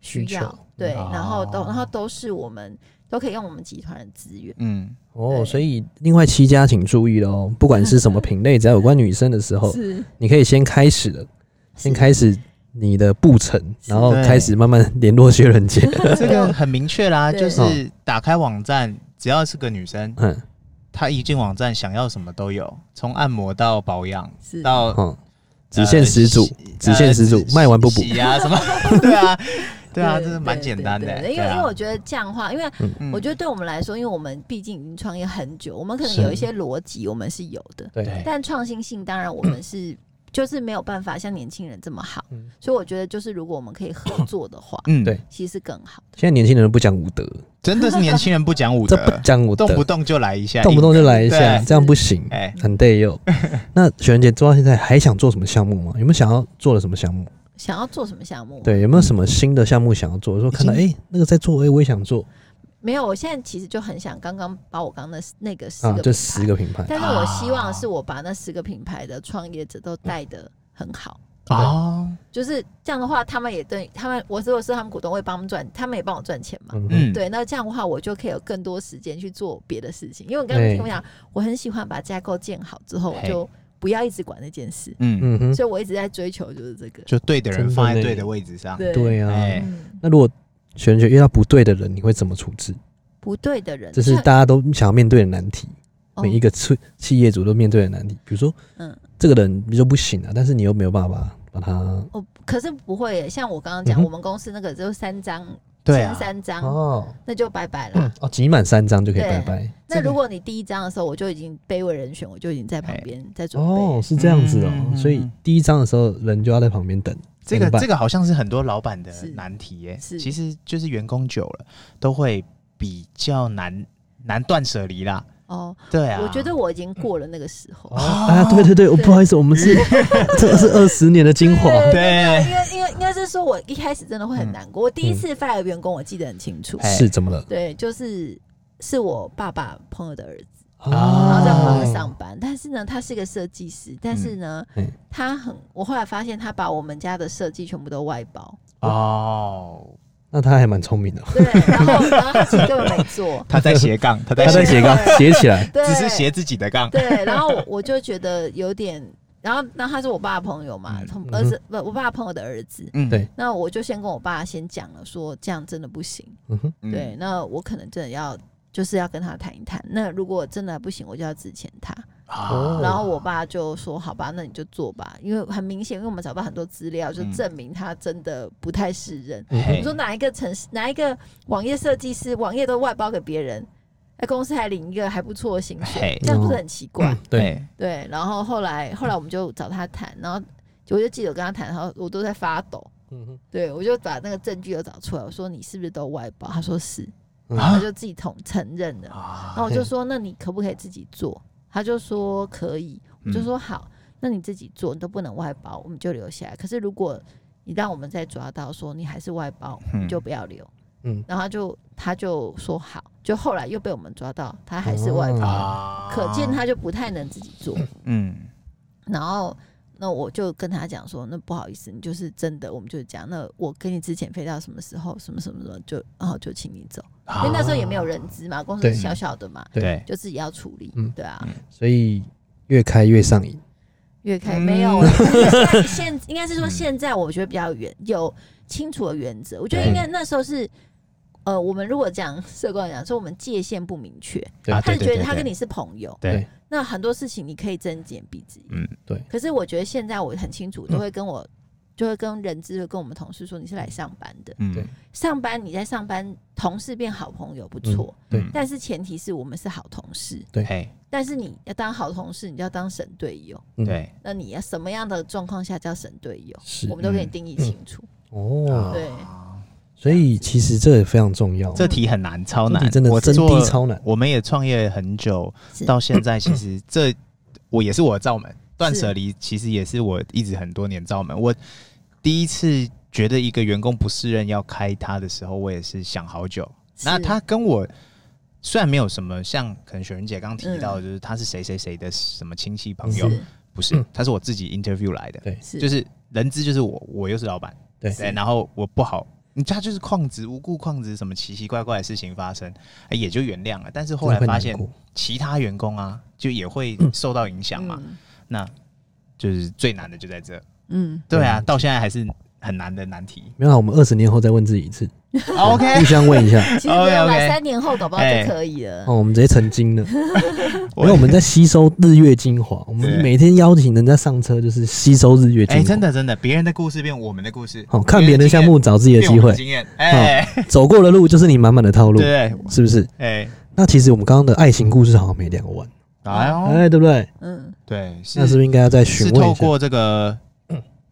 C: 需
A: 需
C: 要
A: 求，啊
C: 对，
B: 嗯
C: 然后都
B: 哦
C: 然后都是我们都可以用我们集团的资源，
B: 嗯，
A: 哦，
C: 对
A: 所以另外七家请注意喽，不管是什么品类，只要有关女生的时候，
C: 是
A: 你可以先开始了，先开始你的步程，
C: 是
A: 然后开始慢慢联络薛仁杰。
B: 这个很明确啦，
C: 对
A: 哦
B: 就是打开网站，只要是个女生，
A: 嗯
B: 她一进网站想要什么都有，从按摩到保养
C: 是
B: 到
A: 嗯，直线始祖
B: 呃，
A: 直线始祖
B: 呃，
A: 卖完不补。
B: 洗啊什么，对啊，对啊，这是蛮简单的嗯
C: 对对
B: 欸，
C: 对因为因为我觉得这样的话，因为
B: 得
C: 我觉得对我们来说，因为我们毕竟已经创业很久，我们可能
A: 是
C: 有一些逻辑我们是有的，
A: 对
B: 对，，
C: 但创新性当然我们是就是没有办法像年轻人这么好，
A: 嗯
C: 所以我觉得就是如果我们可以合作的话
B: *clears throat* 嗯
A: 对，
C: 其实是更好的。
A: 现在年轻人都不讲武德，
B: 真的是年轻人不讲武
A: 这不
B: 德，
A: 讲武德
B: 动，不动就来一下，
A: 动不动就来一下，
B: 对啊
A: 这样不行，
B: 哎，
A: 很得哟。那雪仁姐做到现在还想做什么项目吗？有没有想要做的什么项目？
C: 想要做什么项目？，
A: 对，有没有什么新的项目想要做？说看到
B: 已
A: 哎、那个在做，哎、我也想做
C: 没有，我现在其实就很想刚刚把我刚刚的那个十个
A: 啊，
C: 品牌
A: 这十个品牌，
C: 但是我希
B: 啊
C: 望是我把那十个品牌的创业者都带的很好。
B: 哦，
C: 就是这样的话，他们也对他们，我如果是他们股东，我也帮他们赚，他们也帮我赚钱嘛。
A: 嗯哼
B: 嗯，
C: 对，那这样的话，我就可以有更多时间去做别的事情。因为我刚刚
A: 对
C: 听我讲，我很喜欢把架构建好之后，我
B: 嘿
C: 就不要一直管那件事，
B: 嗯，
A: 嗯哼，
C: 所以我一直在追求就是这个。
B: 就对的
A: 真
B: 人
A: 的
B: 放在
A: 嘞
B: 对的位置上，
C: 对
A: 嗯对啊。
B: 哎
C: 嗯，
A: 那如果雪人姐遇到不对的人，你会怎么处置？
C: 不对的人，
A: 这是
C: 像
A: 大家都想要面对的难题，
C: 哦
A: 每一个企企业主都面对的难题。比如说，
C: 嗯，
A: 这个人你就不行了，但是你又没有办法把他
C: 哦，可是不会耶，像我刚刚
A: 嗯
C: 讲，
A: 哼
C: 我们公司那个就三张，
B: 对
C: 签
B: 啊，
C: 三张，
A: 哦
C: 那就拜拜了
A: 嗯。哦集满三张就可以
C: 对
A: 拜拜
C: 那如果你第一张的时候，我就已经卑微人选，我就已经在旁
B: 嘿
C: 边在准
A: 哦，
C: 备。
A: 是这样子
B: 嗯嗯
A: 哦。
B: 嗯
A: 所以
B: 嗯
A: 第一章的时候，人就要在旁边等。
B: 这个
A: 怎么办
B: 这个好像是很多老板的
C: 是
B: 难题耶、
C: 是
B: 其实就是员工久了都会比较难难断舍离啦。
C: 哦，
B: 对啊，哦
C: 我觉得我已经过了那个时候。
A: 啊，对对对，我不好意思，我们是这是二十年的精华。
B: 对
C: *laughs* 因为因为应该是说，我一开始真的会
B: 嗯
C: 很难过。我第一次 fire 员工，我记得很清楚。
B: 哎
A: 是怎么了？
C: 对，就是是我爸爸朋友的儿子，然后在我
B: 哦
C: 们
A: 啊
C: 上班。但是呢，他是个设计师，但是呢，
A: 嗯嗯
C: 他很，我后来发现他把我们家的设计全部都外包，
B: 哦，，
A: 那他还蛮聪 *laughs* 明的，
C: 对，然后然后他其实根本没做
B: 他在斜杠，他在
A: 他在
B: 斜
A: 斜杠
C: *laughs*
A: 斜起来。
C: 对，
B: 只是斜自己的杠。
C: 对，然后我我就觉得有点，然后那他是我爸的朋友嘛，
B: 嗯
C: 从
A: 嗯
C: 儿子不，我爸朋友的儿子。
B: 嗯
A: 对
C: 那我就先跟我爸先讲了说这样真的不行。
A: 嗯哼，
B: 嗯
C: 对，那我可能真的要就是要跟他谈一谈。那如果真的不行，我就要自遣他。
B: 啊
A: 哦
C: 然后我爸就说：“好吧，那你就做吧。”因为很明显，因为我们找到很多资料，就
B: 嗯
C: 证明他真的不太是人。
A: 嗯
B: 嘿
C: 你说哪一个城市，哪一个网页设计师，网页都外包给别人，哎，公司还领一个还不错的薪水
B: 嘿，嗯
C: 这样不是很奇怪？
A: 嗯对，
B: 对
C: 对。然后后来，后来我们就找他谈，然后我就记得我跟他谈，然后我都在发抖。
A: 嗯哼
C: 对，我就把那个证据都找出来，我说你是不是都外包？他说是，
B: 啊
C: 他就自己同承认了。然
B: 啊，
C: 后我就说，那你可不可以自己做？他就说可以，
B: 嗯
C: 我就说好，那你自己做，你都不能外包，我们就留下来。可是如果你让我们再抓到说你还是外包，
B: 嗯
C: 你就不要留。
A: 嗯
C: 然后他就他就说好，就后来又被我们抓到，他还是外包，
B: 啊
C: 可见他就不太能自己做。
B: 嗯
C: 然后那我就跟他讲说，那不好意思，你就是真的，我们就是讲，那我跟你之前飞到什么时候，什么什么什么，就然后、就请你走，因为那时候也没有人资嘛，公司
A: 对
C: 小小的嘛，
A: 对
B: 啊对
C: 就自己要处理，
A: 嗯
C: 对啊，
B: 嗯
A: 所以越开越上瘾。
C: 越开没有，我觉得现在现应该是说现在我觉得比较远有清楚的原则。我觉得应该那时候是，呃，我们如果讲社工来讲说我们界限不明确，
A: 对
B: 啊
C: 他
B: 对
C: 就
B: 对
C: 觉得
B: 对
C: 他跟
B: 对
C: 你是朋友，
B: 对，
C: 那很多事情你可以睁一眼闭一眼。
B: 嗯
A: 对
C: 可是我觉得现在我很清楚，都会跟我就会跟人资会跟我们同事说你是来上班的，
B: 嗯
A: 对
C: 上班你在上班，同事变好朋友不错，
A: 对
B: 嗯哎
C: 但是前提是我们是好同事。
B: 嘿
C: 但是你要当好同事，你就要当神队友。
A: 嗯
B: 对
C: 那你要什么样的状况下叫神队友？
A: 是
C: 我们都给你定义清楚。
A: 哦，
C: 对
B: 啊
A: 所以其实这也非常重要，
B: 这题很难，超
A: 这
B: 难
A: 题，真的
B: 我
A: 真
B: 做
A: 的超难，
B: 我们也创业很久
C: 是，
B: 到现在
A: *clears throat*
B: 其实这我也是我的罩门，断
C: 是
B: 舍离其实也是我一直很多年罩门。我第一次觉得一个员工不是人要开他的时候，我也是想好久。那
C: 是
B: 他跟我虽然没有什么像可能雪人姐刚提到的，就是他是谁谁谁的什么亲戚朋友，
C: 是
B: 不是，他是我自己 interview 来的，
A: 嗯对
C: 是
B: 就是人资就是我，我又是老板，
A: 对
B: 对，然后我不好，你他就是旷职，无故旷职，什么奇奇怪怪的事情发生，哎也就原谅了。但是后来
A: 真的会
B: 发
A: 难
B: 现
A: 过
B: 其他员工啊，就也会受到影响嘛，
C: 嗯
B: 那就是最难的就在这。
C: 嗯，
B: 对
A: 对
B: 啊，
A: 啊。
B: 到现在还是很难的难题
A: *laughs* 没有啦，啊我们二十年后再问自己一次， *laughs*
B: *laughs* OK，
A: 互相问一下。
C: 其实没有
B: 哦 OK，OK
C: 来三年后搞不好
B: 哎
C: 就可以了。
A: 哦，我们直接成精了，因为我们在吸收日月精华，我们每天邀请人家上车就是吸收日月精
B: 哎、
A: 华。
B: 真，的真的，别人的故事变我们的故事，
A: 哦，看别人的项目找自己的
B: 变我
A: 机
B: 们
A: 会嗯
B: 的，经验，哎、
A: 走过的路就是你满满的套路，
B: 对，
A: 是不是？
B: 哎、
A: 那其实我们刚刚的爱情故事好像没聊完，
B: 哎呦，
A: 哎，对不对？
C: 嗯，
B: 对，
A: 那是不是应该要再询
B: 是
A: 问一
B: 透
A: 下？
B: 过这个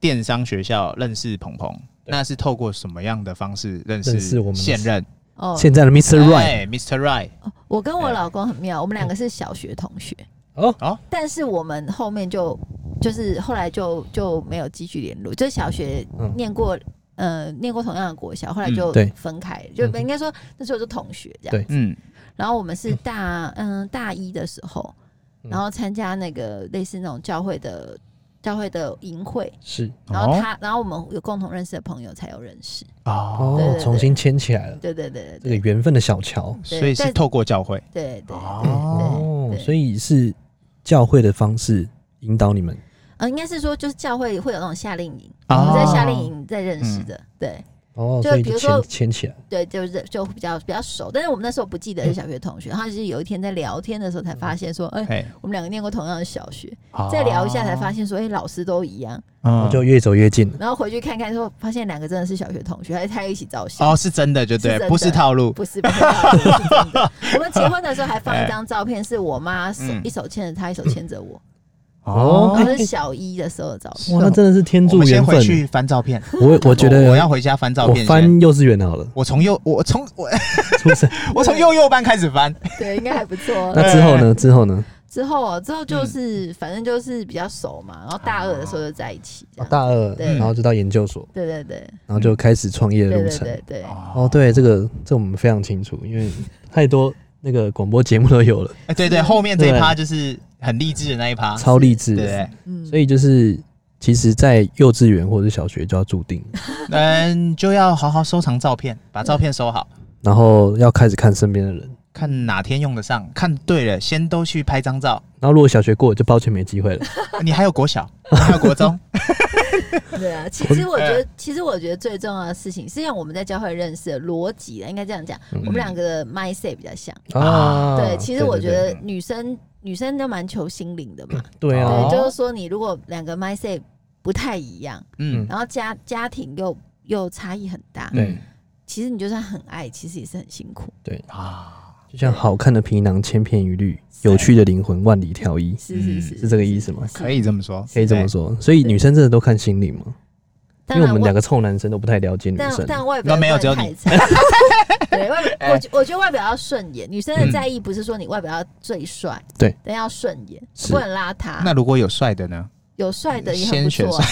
B: 电商学校认识鹏鹏，那是透过什么样的方式认
A: 认识我们
B: 识
A: 的
B: 现任
C: 哦，
A: 现在的 Mr. Right，
B: 哎 Mr. Right？
C: 哦我跟我老公很妙，我们两个是小学同学。
A: 哦
B: 哦，
C: 但是我们后面就就是后来就就没有继续联络，就是小学
A: 嗯
C: 念过、呃念过同样的国小，后来
B: 嗯
C: 就
A: 对
C: 分开，就
A: 嗯哼
C: 应该说那时候就同学这样。
A: 对
B: 嗯，
C: 然后我们是大嗯大一的时候，
A: 嗯
C: 然后参加那个类似那种教会的教会的营会，
A: 是
C: 然后
A: 哦
C: 他、然后我们有共同认识的朋友才有认识，对对
A: 哦，
C: 对
A: 重新牵起来了
C: 对对对
A: 这
C: 对
A: 个
C: 对
A: 缘分的小桥。
B: 所以是
C: 但
B: 透过教会
C: 对对，
B: 哦，
A: 哦
C: 对，对
A: 所以是教会的方式引导你们，
C: 呃应该是说就是教会会有那种夏令营，
B: 哦嗯
C: 我们在夏令营在认识的，对。
A: 哦，
C: 就
A: 所以
C: 比
A: 就
C: 如说
A: 牵牵起来，
C: 对，就是就比较比较熟，但是我们那时候不记得是小学同学，然后就是有一天在聊天的时候才发现说，哎、
B: 哎，
C: 我们两个念过同样的小学，再聊一下才发现说，哎、老师都一样，
A: 然
B: 哦，
A: 后就越走越近了。
C: 然后回去看看说，发现两个真的是小学同学，还还一起照相。
B: 哦是真的，就对
C: 是真，的
B: 不是套路，
C: 不是，不是老师是真的我们结婚的时候还放一张照片，是我妈手
B: 哎嗯
C: 一手牵着她，一手牵着我。
A: 哦
C: 我们是小一的时候的照片。
A: 哇，那真的是天
B: 我
A: 助
B: 们先
A: 缘
B: 回
A: 分。
B: 去翻照片，
A: 我我觉得
B: 我要回家翻照
A: 我
B: 片先。
A: 翻幼稚园好
C: *laughs*
A: 了，
B: 我从右，我从我
A: 出生。
B: 我从幼幼班开始翻，
C: 对，应该还不错。哦
A: 那之后呢？之后呢？
C: 之后哦，之后
A: 嗯
C: 就是反正就是比较熟嘛，然后大二的时候就在一起
A: 哦
C: 这样。
A: 大二，
C: 对
A: 然后就到研究所，
C: 对对对
A: 然后就开始创业的
C: 嗯对
A: 路
C: 对
A: 程。
C: 对对。
A: 哦，对，这个这我们非常清楚，因为太多那个广播节目都有了，
B: 哎对对，后面这一
A: 对
B: 趴就是很励志的那一趴，
A: 超励志
B: 啊对
A: 的。
B: 对，
C: 嗯，
A: 所以就是，其实，在幼稚园或者是小学就要注定，
B: 嗯，就要好好收藏照片，把照片收好。
A: 然后要开始看身边的人。
B: 看哪天用得上，看对了，先都去拍张照。啊
A: 然后如果小学过了，就抱歉没机会了。
B: 你还有国小，还有国中，
C: 对啊，其实我觉
A: 嗯
C: 得，其实我觉得最重要的事情，是让我们在教会认识的逻辑的，应该这样讲，
A: 嗯
C: 我们两个的 mindset 比较像。
B: 啊
C: 对，其实我觉得
B: 对
C: 女生女生都蛮求心灵的嘛，
A: 对对啊
B: 哦，
C: 对，就是说你如果两个 mindset 不太一样，
B: 嗯，
C: 然后家家庭又又差异很大，
A: 对
B: 嗯
C: 其实你就算很爱，其实也是很辛苦。
B: 啊，
A: 就像好看的皮囊千篇一律，有趣的灵魂万里挑一，
C: 是是
B: 嗯
C: 是，
A: 是这个意思吗？
B: 可以这么说，
A: 可以这么说。所以女生真的都看心灵吗？因
C: 当
A: 为我
C: 然
A: 们
C: 外
A: 两个臭男生都不太了解女
C: 但
A: 生。哎
C: 但外表
B: 那没有只有
C: 太
B: 你
C: 差 *laughs* 对外表，我觉我觉得外表要顺眼，女生的
B: 嗯
C: 在意不是说你外表要最帅，
A: 对，
C: 但要顺眼，
A: 是
C: 不能邋
B: 对。那
C: 遢。
B: 如果有帅的呢？
C: 有帅的也很不
B: 先选
C: 错啊，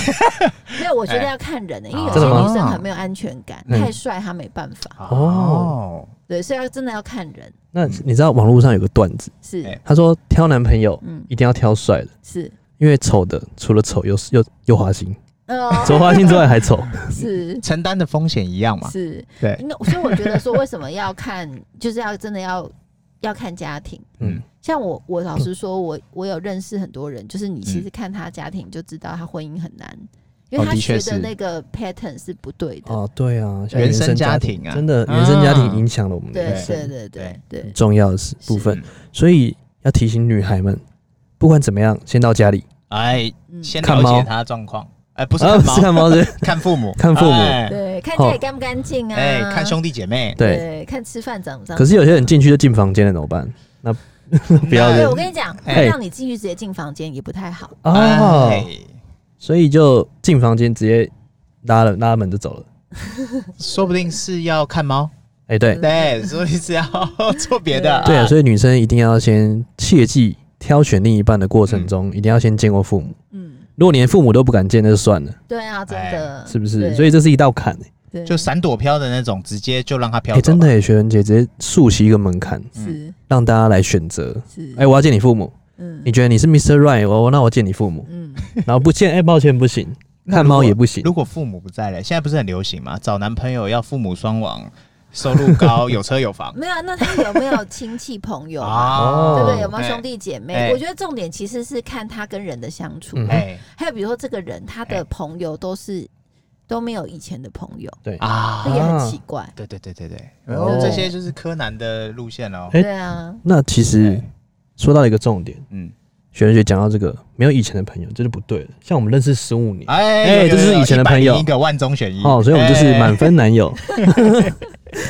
C: *laughs* 没有，我觉得
B: 哎
C: 要看人欸的，因为
B: 啊
C: 有
A: 真
C: 些
A: 的吗
C: 女生很没有安全感，
A: 嗯
C: 太帅她没办法。
A: 哦，
C: 对，所以要真的要看人，
A: 那你知道网络上有个段子，
C: 是
B: 哎，
A: 他说挑男朋友
C: 嗯，
A: 一定要挑帅的， *laughs*
C: 是，
A: 因为丑的除了丑又又又花心，
C: 呃，
A: 除了花心之外还
C: *laughs*
A: 丑。
C: 是
B: 承担的风险一样嘛？
C: 是，
B: 对，
C: 那所以我觉得说，为什么要看，就是要真的要要看家庭。
A: 嗯
C: 像我，我老实说，我我有认识很多人，就是你
A: 嗯
C: 其实看他家庭就知道他婚姻很难，因为
B: 哦
C: 他
B: 的确是
C: 学的那个 pattern 是不对的。
A: 哦，对啊，像
B: 原生
A: 生
B: 家
A: 庭
B: 庭啊
A: 真的原生家庭影响了我们的
C: 对
A: 人生
C: 对对对对
A: 很，重要的是部分，所以要提醒女孩们，不管怎么样，先到家里，
B: 哎，
C: 嗯，
B: 先
A: 看
B: 了
A: 猫
B: 解他的状况，哎，不是
A: 啊，
B: 看
A: 不是，
B: 猫
A: 看
B: *laughs*
A: 猫是
B: 看父母，
A: 看父母
B: 哎
C: 对，看家里干不干净啊？
B: 哎，看兄弟姐妹，
A: 哦对。
C: 看吃饭长不长。
A: 可是有些人进去就进房间了，怎么办？那不要
C: 对
A: 人
C: 我跟你讲，会
A: 哎
C: 让你进去直接进房间也不太好。
A: 哦，
B: 哎
A: 所以就进房间直接拉了拉门就走了。
B: 说不定是要看猫，
A: 哎，对
B: 对，说不定是要做别的，
A: *laughs* 对啊，所以女生一定要先切记挑选另一半的过程
B: 嗯
A: 中，一定要先见过父母。
C: 嗯，
A: 如果连父母都不敢见，那就算了，
C: 对啊，真的
A: 是不是？所以这是一道坎欸
C: 以
B: 哎就闪躲飘的那种，直接就让它飘
A: 哎，
B: 走，
A: 真的，哎，学人姐直接竖起一个门槛，
B: 嗯
C: 是
A: 让大家来选择。
C: 是
A: 哎，我要见你父母，
C: 嗯
A: 你觉得你是 Mr. Right，我那我见你父母，
C: 嗯，
A: 然后不见，哎，抱歉不行，
B: 那
A: 看
B: 如果
A: 猫也不行。
B: 如果父母不在了，现在不是很流行嘛？找男朋友要父母双亡，收入
A: *laughs*
B: 高，有车有房
C: 没有，那他有没有亲戚朋友啊？
B: 啊
C: 对不对？有没
B: 哎
C: 有兄弟姐妹？
B: 哎
C: 我觉得重点其实是看他跟人的相处，
A: 嗯
B: 哎
C: 还有比如说这个人他的朋友都是都没有以前的朋友，
B: 啊
C: 这也很奇怪。
B: 对对对对对，
A: 哦
B: 这些就是柯南的路线哦。
A: 哎
C: 对啊，
A: 那其实
B: 哎
A: 说到一个重点，
B: 嗯，
A: 雪人姐讲到这个没有以前的朋友，这就不对了。像我们认识十五年，哎
B: 哎有
A: 这是
B: 有有
A: 以前的朋友
B: 101个万中选一
A: 哦，所以我们就是
B: 哎
A: 满分男
B: *laughs*
A: 友，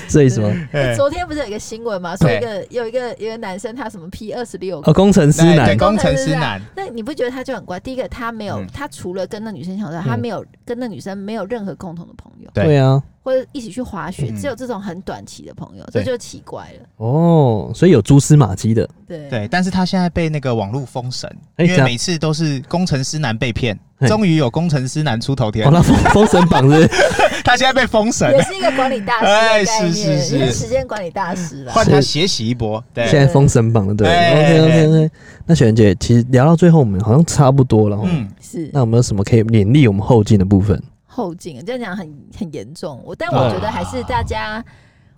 A: 这意思吗？
B: 哎
C: 昨天不是有一个新闻吗？说一个有一个有一个男生他什么 P 二十六
A: 哦，工程师
B: 哎对
A: 男，
B: 工程师男，
C: 那你不觉得他就很怪？第一个，他没有，
B: 嗯
C: 他除了跟那女生相处，他
A: 嗯
C: 没有跟那女生没有任何共同的朋友，
B: 对
A: 对啊，
C: 或者一起去滑雪，
B: 嗯
C: 只有这种很短期的朋友，
B: 对
C: 这就奇怪了。
A: 哦，所以有蛛丝马迹的，
C: 对，
B: 对，但是他现在被那个网络封神，
A: 哎
B: 因为
A: 这样
B: 每次都是工程师男被骗，
A: 嘿
B: 终于有工程师男出头天
A: 哦，，那封封神榜是
B: 他现在被封神
C: *laughs* 也，是一个管理大师的概
B: 哎是
C: 念，
B: 是是
C: 一个时间管理大师啦。
B: 换他血洗一波。对
A: 现，在封神榜了，对
B: 哎哎
A: ，OK
B: 哎
A: OK OK。那雪人姐，其实聊到最后，我们好像差不多了哦，
B: 嗯，
C: 是
A: 那有没有什么可以勉励我们后进的部分？
C: 后劲，这样讲很很严重。我但
B: 对
C: 我觉得还是大家，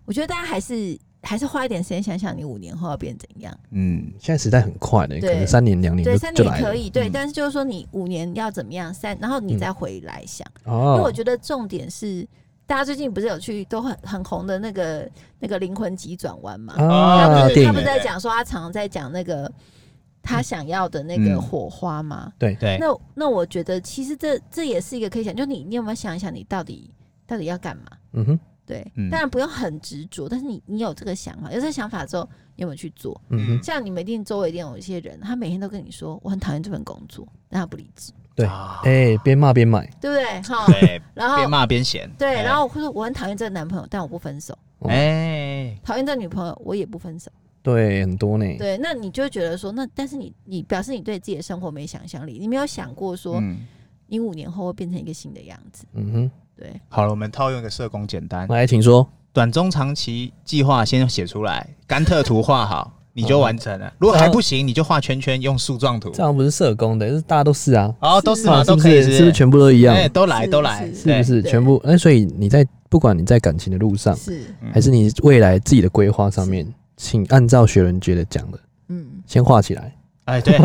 C: 我觉得大家还是还是花一点时间想想，你五年后要变怎样。
B: 嗯，
A: 现在时代很快的，可
C: 对
A: 能三年两年
C: 对，
A: 就
C: 三
A: 就
C: 年
A: 来
C: 可
A: 了。
C: 以，对，
B: 嗯
C: 但是就是说你五年要怎么样三，然后你
A: 嗯
C: 再回来想。因为我
A: 哦，
C: 觉得重点是，大家最近不是有去都很很红的那个那个灵魂急转弯嘛？他
A: 啊，
C: 不是
A: 电
C: 他不是
A: 影
C: 在讲说他常常在讲那个他想要的那个
B: 嗯
C: 火花吗？
B: 对，
C: 那那我觉得其实这这也是一个可以想，就你你有没有想一想你到底到底要干嘛？
A: 嗯哼，
C: 对，
B: 嗯
C: 当然不用很执着，但是你你有这个想法，有这个想法之后，你有没有去做？
A: 嗯哼，
C: 像你们一定周围一定有一些人，他每天都跟你说我很讨厌这份工作，但他不离职，
A: 对
B: 啊
A: 哎，边骂边买，
C: 对不对？哈，
B: 对，
C: *laughs* 然
B: 边
C: 后
B: 骂边嫌，
C: 对，
B: 哎
C: 然后或者我很讨厌这个男朋友，但我不分手；
B: 哎，
C: 讨厌这个女朋友，我也不分手。
A: 对，很多
B: 嗯
A: 呢。
C: 对，那你就会觉得说，那但是你你表示你对自己的生活没想象力，你没有想过说
B: 嗯，
C: 你五年后会变成一个新的样子。
A: 嗯哼，
C: 对，
B: 好了，我们套用一个社工简单，
A: 来，请说。
B: 短中长期计划先写出来，甘特图画好，
A: *laughs*
B: 你就完成了。如果还不行，你就画圈圈，用树状图
A: 哦这。好像不是社工的，就是大家都是啊，
B: 哦，都是
A: 啊
B: 吗？
A: 是
B: 都
A: 不
B: 可
A: 是？
B: 以，是
A: 是不是全部都一样？
B: 哎，都来，
C: 是
B: 都来，
C: 是
A: 是不
B: 对
A: 是
C: 对
A: 全部？哎，所以你在不管你在感情的路上，
C: 是，
B: 嗯
A: 还是你未来自己的规划上面，请按照学人觉得讲的，
C: 嗯，
A: 先画起来，
B: 哎，对，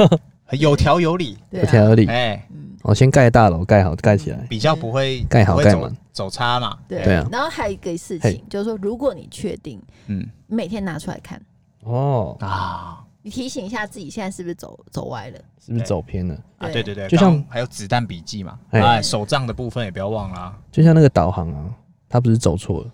B: 有条有理，
C: 对、
A: 有条
C: 啊，
A: 有理。
B: 哎，
C: 嗯，
A: 哦，先盖大楼，盖好，盖起来。
B: 比较不会
A: 盖好
B: 不会走
A: 盖满
B: 走差嘛。
C: 对。
A: 对啊
C: 然后还有一个事
A: 嘿
C: 情就是说，如果你确定，
B: 嗯
C: 你每天拿出来看，
A: 哦，
B: 啊
C: 你提醒一下自己现在是不是走走歪了。
A: 是不是走偏了？
B: 啊，对
C: 对
B: 对对，
A: 就像
B: 刚刚还有子弹笔记嘛，
A: 哎
B: 哎，手账的部分也不要忘了啊。
A: 就像那个导航啊，它不是走错了，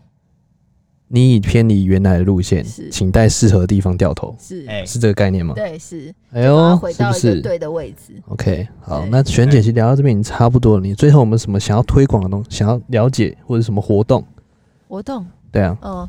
A: 你已偏离原来的路线
C: 是，
A: 请在适合的地方掉头，
C: 是，
B: 哎，
A: 是这个概念吗？
C: 对，是，
A: 哎
C: 然后
A: 呦，
C: 回
A: 是
C: 到
A: 不
C: 一个
A: 是
C: 对的位置。
A: ？OK，好，
C: 对
A: 那璇姐其实聊到这边已经差不多了。你最后有没有什么想要推广的东西，想要了解或者什么活动？
C: 活动，
A: 对啊，
C: 嗯、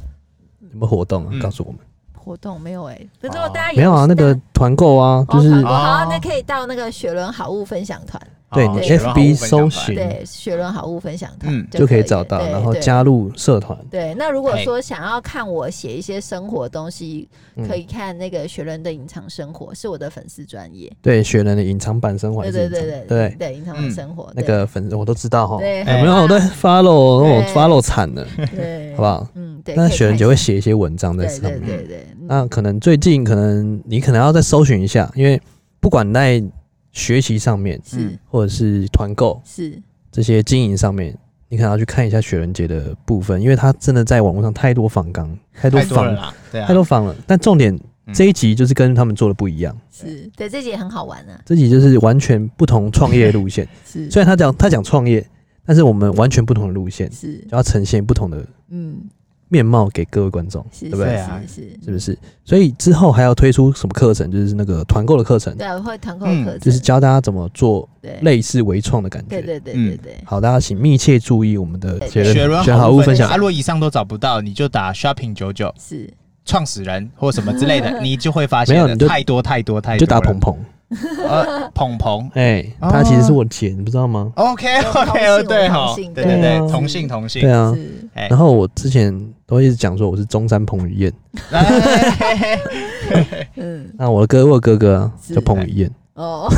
A: 有没有活动啊？
B: 嗯
A: 告诉我们。
C: 活动没有哎、可是
B: 哦
C: 如果大家
A: 没有啊，那个团购啊，
C: 哦
A: 就是
C: 团购好
B: 哦，
C: 那可以到那个雪伦好物分享团，
A: 对
B: 好
A: 你
B: 学了好
A: FB
B: 五分享
A: 搜
B: 吧
A: 寻
C: 对，雪伦好物分享团、
B: 嗯
A: 就可以
C: 以
A: 找到，
C: 对
A: 然后
C: 对
A: 加入社团。
C: 对，那如果
B: 嘿
C: 说想要看我写一些生活东西，
A: 嗯
C: 可以看那个雪伦的隐藏生活，是我的粉丝专业。
A: 对，雪人的隐藏版生活
C: 对
A: 还是
C: 对
A: 隐藏，
C: 对对
A: 对
C: 对，隐藏
B: 嗯
C: 版生活，
A: 那哦哎
C: 对
A: 个粉丝我都知道哈。
C: 对哎
A: 有没有我在 follow 我 follow 惨了，
C: 对，
A: *laughs* 好不好？
C: 嗯，对，
A: 那
C: 可以
A: 雪人
C: 看
A: 姐
C: 一
A: 会
C: 下
A: 写一些文章在
C: 对
A: 上面。啊
C: 对对对，嗯
A: 那可能最近可能你可能要再搜寻一下，因为不管在学习上面，
C: 是
A: 或者是团购
C: 是
A: 这些经营上面，你可能要去看一下雪人姐的部分，因为她真的在网络上太多仿纲，太多
B: 太多
A: 仿
B: 了，啦，对啊，
A: 太多仿了。但重点
B: 嗯
A: 这一集就是跟他们做的不一样，
C: 是，对，这集也很好玩啊，
A: 这集就是完全不同创业路
C: *laughs*
A: 线。
C: 是
A: 虽然他讲他讲创业，但是我们完全不同的路线，
C: 是，
A: 要呈现不同的
C: 嗯，
A: 面貌给各位观众，
C: 是
A: 对
C: 是
A: 不对？
B: 对啊
C: 是是
A: 是不是？所以之后还要推出什么课程，就是那个团购的课程，
C: 对，啊我会团购
B: 嗯
C: 课程，
A: 就是教大家怎么做
C: 对
A: 类似微创的感觉。
C: 对对对对
B: 嗯
C: 对，
A: 好，大家请密切注意我们的
C: 对
A: 学
B: 雪
A: 人
B: 伦
A: 学好物分
B: 分
A: 享
B: 啊，。如果以上都找不到，你就打 shopping 九九
C: 是
B: 创始人或什么之类的，你就会发
A: 没
B: 现
A: 有
B: 了
A: 你就
B: 太多太多太多了，
A: 就打鹏鹏，
B: 呃鹏鹏
A: 哎、
B: 哦
A: 她其实是我姐，你不知道吗？
B: ，OK
C: 同
B: OK
C: 性
B: 对
C: 同
B: 哈，
C: 性
B: 对
A: 对
B: 对对
A: 啊，
B: 同性同性
A: 对，啊。
C: 是，
B: 哎
A: 然后我之前都一直讲说我是中山彭于晏，
B: 来嘿嘿嘿
C: 嗯
A: 那我的哥我有哥哥啊
C: 是
A: 叫彭于晏，
C: 哦，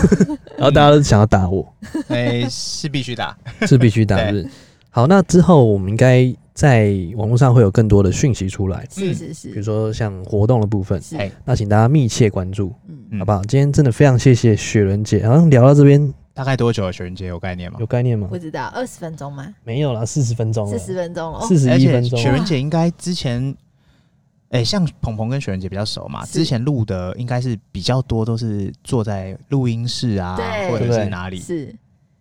A: 然后大家都想要打
C: *laughs*
A: 我，
B: 哎是必须打，
A: 是必须打
B: 对
A: 日。好，那之后我们应该在网络上会有更多的讯息出来，
C: 是
B: 嗯
C: 是
A: 比如
C: 是
A: 说像活动的部分，
C: 是
B: 哎，
A: 那请大家密切关注，
C: 嗯
B: 嗯
A: 好不好？今天真的非常谢谢雪伦姐，好像聊到这边
B: 大概多久了？雪人节有概念吗
A: 有？概念吗
C: 不？知道二十分钟吗？
A: 没有啦，四十分钟
C: 四
A: 了，
C: 十分钟了，哦
A: 四十
B: 而
A: 一
B: 且
A: 分钟
B: 雪
A: 了，
B: 人姐应该之前，哎、像鹏鹏跟雪人姐比较熟嘛，
C: 是
B: 之前录的应该是比较多都是坐在录音室啊，
C: 对
B: 或
A: 对
B: 者
A: 不
B: 是
A: 对
B: 哪里。
C: 是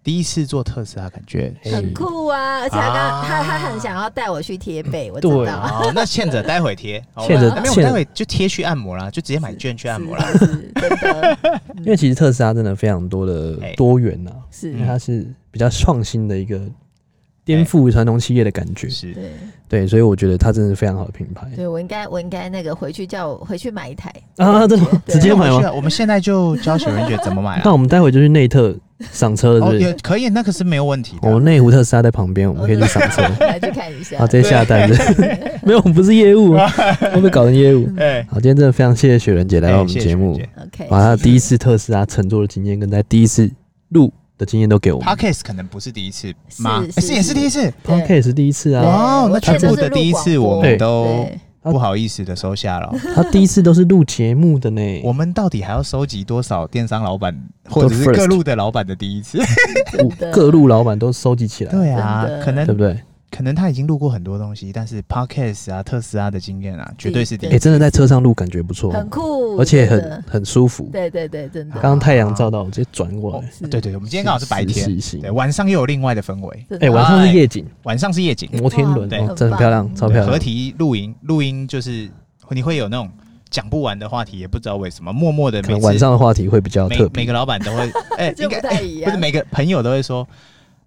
B: 第一次做特斯拉，感觉
A: 嘿
C: 很酷啊，而且他刚他他很想要带我去贴背，我知
A: 对
C: 道，
B: 好，哦那欠着待会贴，好吧
A: 欠着
B: 没有，
A: 欠着
B: 待会就贴去按摩啦，就直接
A: *laughs*
B: 买券去按摩啦。
C: 是，嗯是真的，
A: 因为其实特斯拉真的非常多的
B: 哎
A: 多元呐、啊，因为
B: 嗯
C: 是，
A: 它是比较创新的一个颠
B: 哎
A: 覆传统企业的感觉，
B: 是，
C: 对
A: 对，所以我觉得它真的是非常好的品牌
C: 对，我应该我应该那个回去叫我回去买一台，
A: 啊！真的吗
C: 对
A: 直接买
B: 那我们去
A: 吗？
B: 啊我们现在就教雪人姐怎么
A: *laughs*
B: 买
A: 那
B: 啊。
A: 我们待会就去内特赏车了，
B: 哦，
A: 是不
B: 也
A: 是？
B: 可以，那个是没有问题
A: 我们
B: 的。
A: 内湖特斯拉在旁边，我们可以去赏车。
C: 来去看一下
A: 好，。直接下单
C: *laughs*
A: 的，没有，我们不是业务，啊
B: *laughs*
A: 会不会搞成业务？
B: 哎，
A: 好，今天真的非常谢谢雪人姐来到我们
B: 哎
A: 节目，
C: OK，
A: 把她第一次特斯拉乘坐的经验跟她第一次录的经验都给我
B: p
A: 们
B: o d c a s t 可能不是第一次吗？
C: 是
B: 哎
C: 是
B: 是也是第一次。
C: 对
A: p o d c a s 第一次
C: 对
A: 啊，
B: 哦，
C: 我
B: 那
C: 记得
B: 全部
C: 是
B: 的
C: 录
B: 第一次
C: 广播
B: 我们
A: 对
B: 都
C: 对
B: 不好意思的收下 *laughs* 了。
A: 她第一次都是录节目的
C: *laughs*
A: 呢。
B: 我们到底还要收集多少电商老板或者是
A: first
B: 各路的老板的第一次？
A: 五
C: 的
A: *laughs* 各路老板都收集起来，
B: *laughs* 对啊
C: 真，的
B: 可能
A: 对不对？
B: 可能他已经录过很多东西，但是 podcast 啊、特斯拉的经验啊，绝对是第
A: 哎，
B: 一。
A: 真的在车上录感觉不错，
C: 很酷，
A: 而且
C: 真
A: 很
C: 的
A: 很舒服。
C: 对对对，真
A: 刚
C: 的
A: 刚太阳照到，我直接转过
B: 哦
A: 来。
C: 是
B: 对对，我们今天刚好是白天，
A: 是是
B: 对，
A: 是
B: 晚上又有另外的氛围，
C: 真的
A: 哎，晚上是夜景，
B: 晚上是夜景，
A: 摩天轮，
B: 对
A: 哦
C: 很
A: 真的
C: 棒嗯
A: 漂亮，超
B: 对
A: 漂
B: 合
A: 亮。
B: 体露营，露营就是你会有那种讲不完的话题，也不知道为什么，默默的
A: 可
B: 每
A: 能
B: 次
A: 晚上的话题会比较
B: 每
A: 特别
B: 每。个老板都会， *laughs* 哎，
C: 就
B: 应
C: 不
B: 该
C: 太一
B: 不是
C: 样，
B: 每个朋友都会说，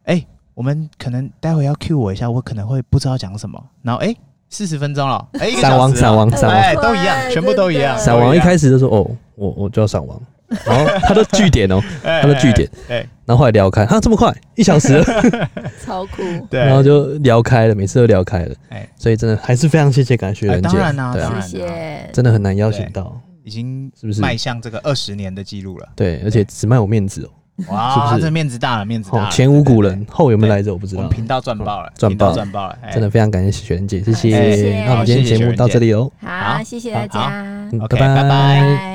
B: 哎、我们可能待会要 cue 我一下，我可能会不知道讲什么。然后哎，四、0十分钟了，哎、一个
A: 散
B: 小
A: 网
B: 时了
A: 散网
C: 哎
A: 散网
B: 哎、都一样，全部都一样。
C: 啊
A: 散王一
B: 始，
A: 开始就说：“哦，我我就要上网。”然后他的据点哦，
B: 哎
A: 他的据点，
B: 哎、
A: 然后后来聊开，哈，这么快，一小时了，
C: 超酷，
B: 对，
A: 然后就聊开了，每次都聊开了
B: 哎，
A: 所以真的还是非常谢谢感谢
B: 哎
A: 人
B: 当
A: 姐，
B: 然啦、
A: 对啊
B: 当然、
C: 谢
B: 啊，
C: 谢，
A: 真的很难邀请到，
B: 已经
A: 是不是
B: 迈向这个二十年的记录了？
A: 对，而且只卖我面子哦
B: 哇，
A: 是不是
B: 他这面子大了，面子大
A: 哦，
B: 了，
A: 前无古
B: 对。
A: 人，
B: 对
A: 后有没有来者我不知
B: 对我
A: 道
B: 们，频道赚爆了，
A: 赚
B: 频道
A: 爆
B: 赚爆了，哎
A: 真的非常感谢雪人姐，谢
C: 哎
A: 谢
C: 谢谢。
A: 那我们今天
B: 好谢谢
A: 节目到这里喽，哦
C: 好，
B: 好
C: 谢谢大
B: 好
C: 家，
A: 嗯
B: OK，拜拜
C: 拜。